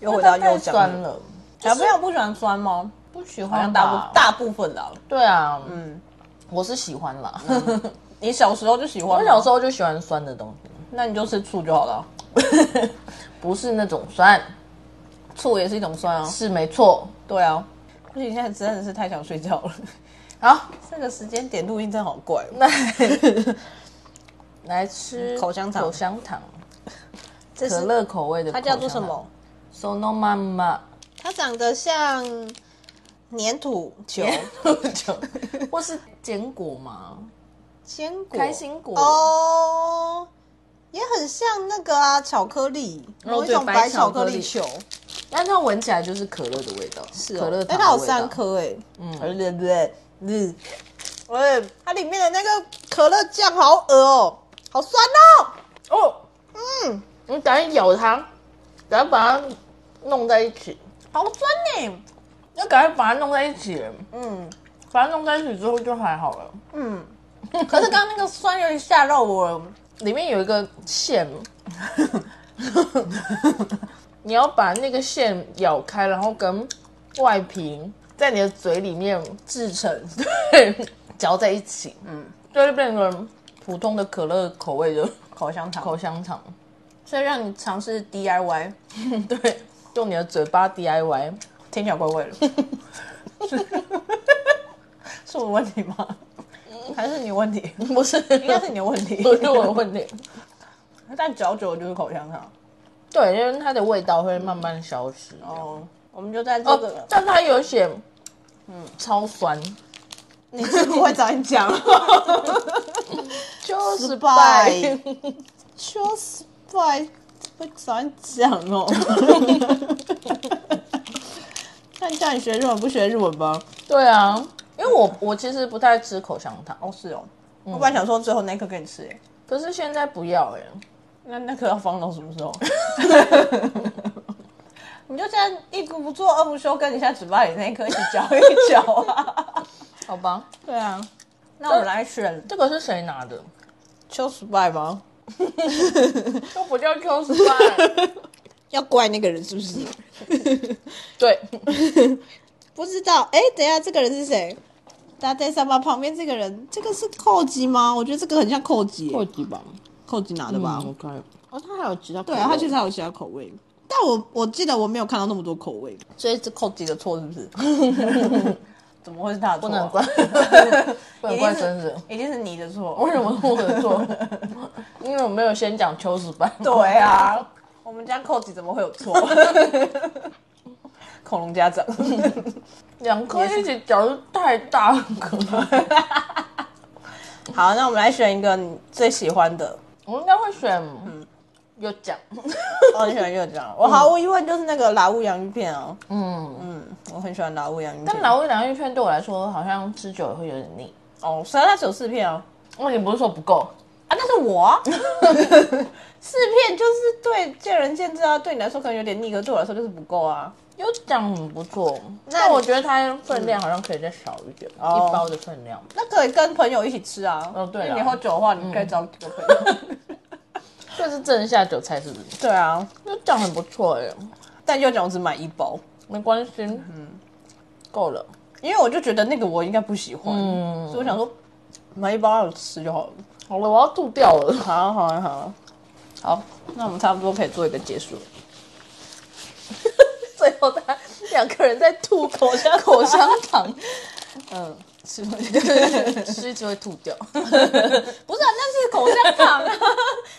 [SPEAKER 2] 有回到
[SPEAKER 1] 它太
[SPEAKER 2] 又
[SPEAKER 1] 酸
[SPEAKER 2] 讲了，
[SPEAKER 1] 了，
[SPEAKER 2] 小朋友不喜欢酸吗？
[SPEAKER 1] 不喜
[SPEAKER 2] 好
[SPEAKER 1] 欢
[SPEAKER 2] 像大
[SPEAKER 1] 吧
[SPEAKER 2] 部？大部分啦。
[SPEAKER 1] 对啊，
[SPEAKER 2] 嗯，
[SPEAKER 1] 我是喜欢啦，
[SPEAKER 2] 你小时候就喜欢吗，
[SPEAKER 1] [laughs] 我小时候就喜欢酸的东西，
[SPEAKER 2] 那你就吃醋就好了。
[SPEAKER 1] 不是那种酸，
[SPEAKER 2] 醋也是一种酸啊。
[SPEAKER 1] 是没错。
[SPEAKER 2] 对啊，不行，现在真的是太想睡觉了。 [laughs]
[SPEAKER 1] 好，
[SPEAKER 2] 这个时间点录音真的好怪哦。
[SPEAKER 1] 那 [laughs] 来吃
[SPEAKER 2] 口香糖
[SPEAKER 1] 口香糖，
[SPEAKER 2] 这
[SPEAKER 1] 可
[SPEAKER 2] 是
[SPEAKER 1] 乐口味的
[SPEAKER 2] 它
[SPEAKER 1] 口香糖，
[SPEAKER 2] 叫做什么？
[SPEAKER 1] ？Sonoma Ma
[SPEAKER 2] 它长得像粘土 [laughs] 球、
[SPEAKER 1] [laughs] 或是坚果吗？
[SPEAKER 2] 坚果、
[SPEAKER 1] 开心果
[SPEAKER 2] 哦。也很像那个啊，巧克力，
[SPEAKER 1] 哦
[SPEAKER 2] 某一
[SPEAKER 1] 对
[SPEAKER 2] 种
[SPEAKER 1] 白
[SPEAKER 2] 白
[SPEAKER 1] 巧
[SPEAKER 2] 巧克
[SPEAKER 1] 克力
[SPEAKER 2] 力球，
[SPEAKER 1] 但它闻起来就是可乐的味道，
[SPEAKER 2] 是哦
[SPEAKER 1] 可乐
[SPEAKER 2] 哎，
[SPEAKER 1] 糖。
[SPEAKER 2] 它有三，颗哎，
[SPEAKER 1] 嗯
[SPEAKER 2] 对对对，嗯，喂，它里面的那个可乐酱好恶哦，好酸哦，
[SPEAKER 1] 哦，嗯，你赶紧咬它，赶紧把它弄在一起，
[SPEAKER 2] 好酸呢，
[SPEAKER 1] 要赶快把它弄在一起，
[SPEAKER 2] 嗯
[SPEAKER 1] 把它弄在一起之后就还好了。
[SPEAKER 2] 嗯，可是刚刚那个酸有点吓到我，
[SPEAKER 1] 里面有一个馅， [laughs] 你要把那个馅咬开，然后跟外皮在你的嘴里面
[SPEAKER 2] 制成
[SPEAKER 1] [laughs] 对
[SPEAKER 2] 嚼在一起，嗯，
[SPEAKER 1] 就会变成普通的可乐口味的
[SPEAKER 2] 口香糖，
[SPEAKER 1] 口香糖，
[SPEAKER 2] 所以让你尝试 DIY，
[SPEAKER 1] [laughs] 对，用你的嘴巴 DIY。
[SPEAKER 2] 听起来怪味了，是我的问题吗？还是你问题？
[SPEAKER 1] 不是， [laughs]
[SPEAKER 2] 应该是你的问 [laughs] 题。
[SPEAKER 1] 不是我的问题。
[SPEAKER 2] 但嚼久了就是口香糖。
[SPEAKER 1] 对，因为它的味道会慢慢消失。
[SPEAKER 2] 哦，我们就在这个，
[SPEAKER 1] 哦，但它有写，嗯，超酸，
[SPEAKER 2] 你是不会早点讲，
[SPEAKER 1] 就
[SPEAKER 2] 失败。就是怪不早点讲哦。 [laughs] 那叫你学日文不学日文吧？
[SPEAKER 1] [laughs] 对啊，因为我我其实不太吃口香糖，
[SPEAKER 2] 哦，是哦，我本来想说最后那颗给你吃，哎，
[SPEAKER 1] 可是现在不要哎、
[SPEAKER 2] 那那颗要放到什么时 [laughs] 候？你就这样一鼓不做二不休，跟你现在嘴巴里那一颗一起嚼一嚼啊！
[SPEAKER 1] 好吧，
[SPEAKER 2] 对啊，那我们来选
[SPEAKER 1] 这个是谁拿的？
[SPEAKER 2] 秋失败吗？
[SPEAKER 1] 都不叫 Q 失败。
[SPEAKER 2] 要怪那个人是不是？
[SPEAKER 1] [laughs] 对，
[SPEAKER 2] 不知道，哎、等一下，这个人是谁？大家在上班旁边这个人，这个是寇吉吗？我觉得这个很像寇吉，
[SPEAKER 1] 几吧，
[SPEAKER 2] 寇吉拿的吧？
[SPEAKER 1] 我看。哦，它还有其他口味。
[SPEAKER 2] 对啊，嗯他其实还有其他口味，但我我记得我没有看到那么多口味，所以是寇吉的错是不是？怎么会是他的
[SPEAKER 1] 不
[SPEAKER 2] 错、
[SPEAKER 1] 能
[SPEAKER 2] [laughs]
[SPEAKER 1] 怪，不能怪孙子。
[SPEAKER 2] 一定是你的错。
[SPEAKER 1] 为什么是我的
[SPEAKER 2] [laughs]
[SPEAKER 1] 错？因为我没有先讲秋实版。
[SPEAKER 2] 对啊，我们家寇吉怎么会有 [laughs] 错？恐龙家长，
[SPEAKER 1] 两颗一起嚼就太大了。
[SPEAKER 2] 好，那我们来选一个你最喜欢的。
[SPEAKER 1] 我应该会选，
[SPEAKER 2] 嗯
[SPEAKER 1] 有奖。
[SPEAKER 2] 我很喜欢热酱，我毫无疑问就是那个拉乌洋芋片啊。
[SPEAKER 1] 嗯，
[SPEAKER 2] 嗯，我很喜欢拉乌洋芋片。
[SPEAKER 1] 但老味洋芋片对我来说，好像吃久了会有点腻。
[SPEAKER 2] 哦，虽然它只有四片啊，
[SPEAKER 1] 哦，你不是说不够？
[SPEAKER 2] 啊，那是我、
[SPEAKER 1] [laughs]
[SPEAKER 2] 啊、四片就是对见仁见智啊，对你来说可能有点腻，可是对我来说就是不够啊。
[SPEAKER 1] 有奖很不错，
[SPEAKER 2] 那
[SPEAKER 1] 但我觉得它分量好像可以再少一点，
[SPEAKER 2] 哦
[SPEAKER 1] 一包的分量。
[SPEAKER 2] 那可以跟朋友一起吃啊。
[SPEAKER 1] 哦对啦嗯
[SPEAKER 2] 因为你喝酒的话，你可以找几个
[SPEAKER 1] [laughs]
[SPEAKER 2] 朋友。
[SPEAKER 1] 这是正下酒菜是不是？
[SPEAKER 2] 对啊，
[SPEAKER 1] 有奖很不错哎、
[SPEAKER 2] 但又讲我只买一包，
[SPEAKER 1] 没关系，嗯，够了。
[SPEAKER 2] 因为我就觉得那个我应该不喜欢，
[SPEAKER 1] 嗯
[SPEAKER 2] 所以我想说买一包吃就好了。
[SPEAKER 1] 好了，我要吐掉了。 [laughs]
[SPEAKER 2] 好啊好啊好啊，好，那我们差不多可以做一个结
[SPEAKER 1] [laughs]
[SPEAKER 2] 束了。
[SPEAKER 1] 最后他两个人在吐口香口香糖，
[SPEAKER 2] 嗯，是
[SPEAKER 1] 吃一直会吐 [laughs] 掉。
[SPEAKER 2] 不是、啊，那是口香糖
[SPEAKER 1] [laughs]
[SPEAKER 2] 啊！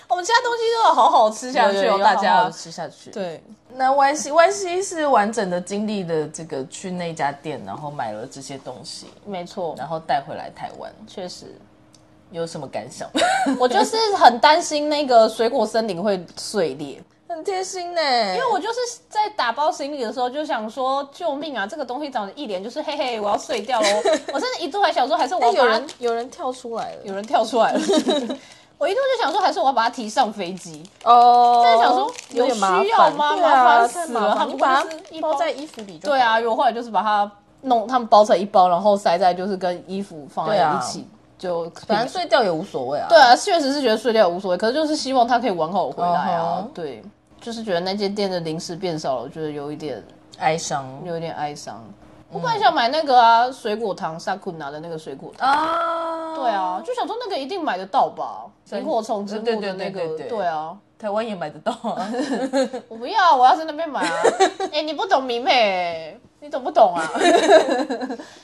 [SPEAKER 2] 我们其他东西都有好好吃下去
[SPEAKER 1] 有有
[SPEAKER 2] 哦，
[SPEAKER 1] 有
[SPEAKER 2] 大
[SPEAKER 1] 好好
[SPEAKER 2] 家
[SPEAKER 1] 地。吃下去。，
[SPEAKER 2] [laughs] 对，
[SPEAKER 1] 那 Y C Y C 是完整的经历了这个去那家店，然后买了这些东西，
[SPEAKER 2] 没错，
[SPEAKER 1] 然后带回来台湾，
[SPEAKER 2] 确实，
[SPEAKER 1] 有什么感想？ [laughs]
[SPEAKER 2] 我就是很担心那个水果森林会碎裂，
[SPEAKER 1] 很贴心呢、
[SPEAKER 2] 因为我就是在打包行李的时候就想说，救命啊！这个东西长得一脸就是嘿嘿，我要碎掉喽！我真的一度还想说，还是我
[SPEAKER 1] [laughs]
[SPEAKER 2] 要
[SPEAKER 1] 但有
[SPEAKER 2] 把它
[SPEAKER 1] 人有人跳出来了
[SPEAKER 2] 有人跳出来了， [laughs] 我一度就想说，还是我要把它提上飞机。
[SPEAKER 1] 哦，
[SPEAKER 2] 但是想说有
[SPEAKER 1] 点麻
[SPEAKER 2] 需要
[SPEAKER 1] 烦
[SPEAKER 2] 吗
[SPEAKER 1] 对啊
[SPEAKER 2] 麻烦
[SPEAKER 1] 太
[SPEAKER 2] 死
[SPEAKER 1] 麻
[SPEAKER 2] 了
[SPEAKER 1] 烦
[SPEAKER 2] 他
[SPEAKER 1] 你
[SPEAKER 2] 们
[SPEAKER 1] 把它
[SPEAKER 2] 不是一包
[SPEAKER 1] 包在衣服里就好
[SPEAKER 2] 对啊，我后来就是把它弄，他们包成一包，然后塞在就是跟衣服放在
[SPEAKER 1] 对啊
[SPEAKER 2] 一起，就
[SPEAKER 1] 反正碎掉也无所谓啊。
[SPEAKER 2] 对啊，确实是觉得碎掉也无所谓，可是就是希望它可以完好回来啊。
[SPEAKER 1] 嗯哼
[SPEAKER 2] 对，就是觉得那间店的零食变少了，我觉得有一点
[SPEAKER 1] 哀伤
[SPEAKER 2] 有一点哀伤。我本来想买那个啊，水果糖萨库拿的那个水果糖。
[SPEAKER 1] 啊，
[SPEAKER 2] 对啊，，就想说那个一定买得到吧，
[SPEAKER 1] 对
[SPEAKER 2] 萤火虫之墓的
[SPEAKER 1] 对对
[SPEAKER 2] 那
[SPEAKER 1] 对对
[SPEAKER 2] 个，
[SPEAKER 1] 对
[SPEAKER 2] 对啊，
[SPEAKER 1] 台湾也买得到啊。
[SPEAKER 2] 我不要，我要在那边买
[SPEAKER 1] [laughs]
[SPEAKER 2] 啊！哎、你不懂迷妹、你懂不懂啊？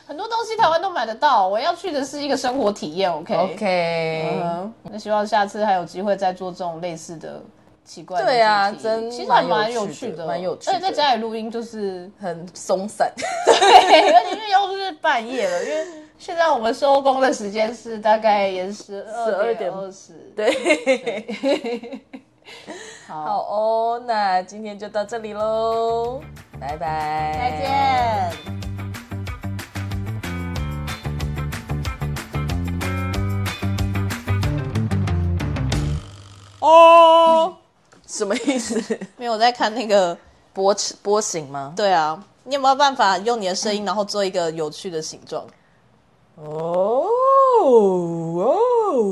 [SPEAKER 2] 很多东西台湾都买得到，我要去的是一个生活体验，OK？
[SPEAKER 1] OK，、
[SPEAKER 2] 嗯，那希望下次还有机会再做这种类似的奇怪的
[SPEAKER 1] 对啊
[SPEAKER 2] 主题
[SPEAKER 1] 真
[SPEAKER 2] 其实还蛮
[SPEAKER 1] 蛮
[SPEAKER 2] 有
[SPEAKER 1] 有
[SPEAKER 2] 趣
[SPEAKER 1] 趣
[SPEAKER 2] 的，
[SPEAKER 1] 的蛮有趣的
[SPEAKER 2] 而且在家里录
[SPEAKER 1] [laughs]
[SPEAKER 2] 音就是，
[SPEAKER 1] 很松散。 [laughs]
[SPEAKER 2] 对，而且因为又是半夜了，因为现在我们收工的时间是大概也是十二
[SPEAKER 1] 12点
[SPEAKER 2] 二十，
[SPEAKER 1] 对，好
[SPEAKER 2] 好，
[SPEAKER 1] 哦，那今天就到这里喽，拜拜，
[SPEAKER 2] 再见。
[SPEAKER 1] 哦，什么意思？
[SPEAKER 2] 没有我在看那个，
[SPEAKER 1] [laughs] 波波形吗？
[SPEAKER 2] 对啊，你有没有办法用你的声音，然后做一个有趣的形状？
[SPEAKER 1] 哦哦。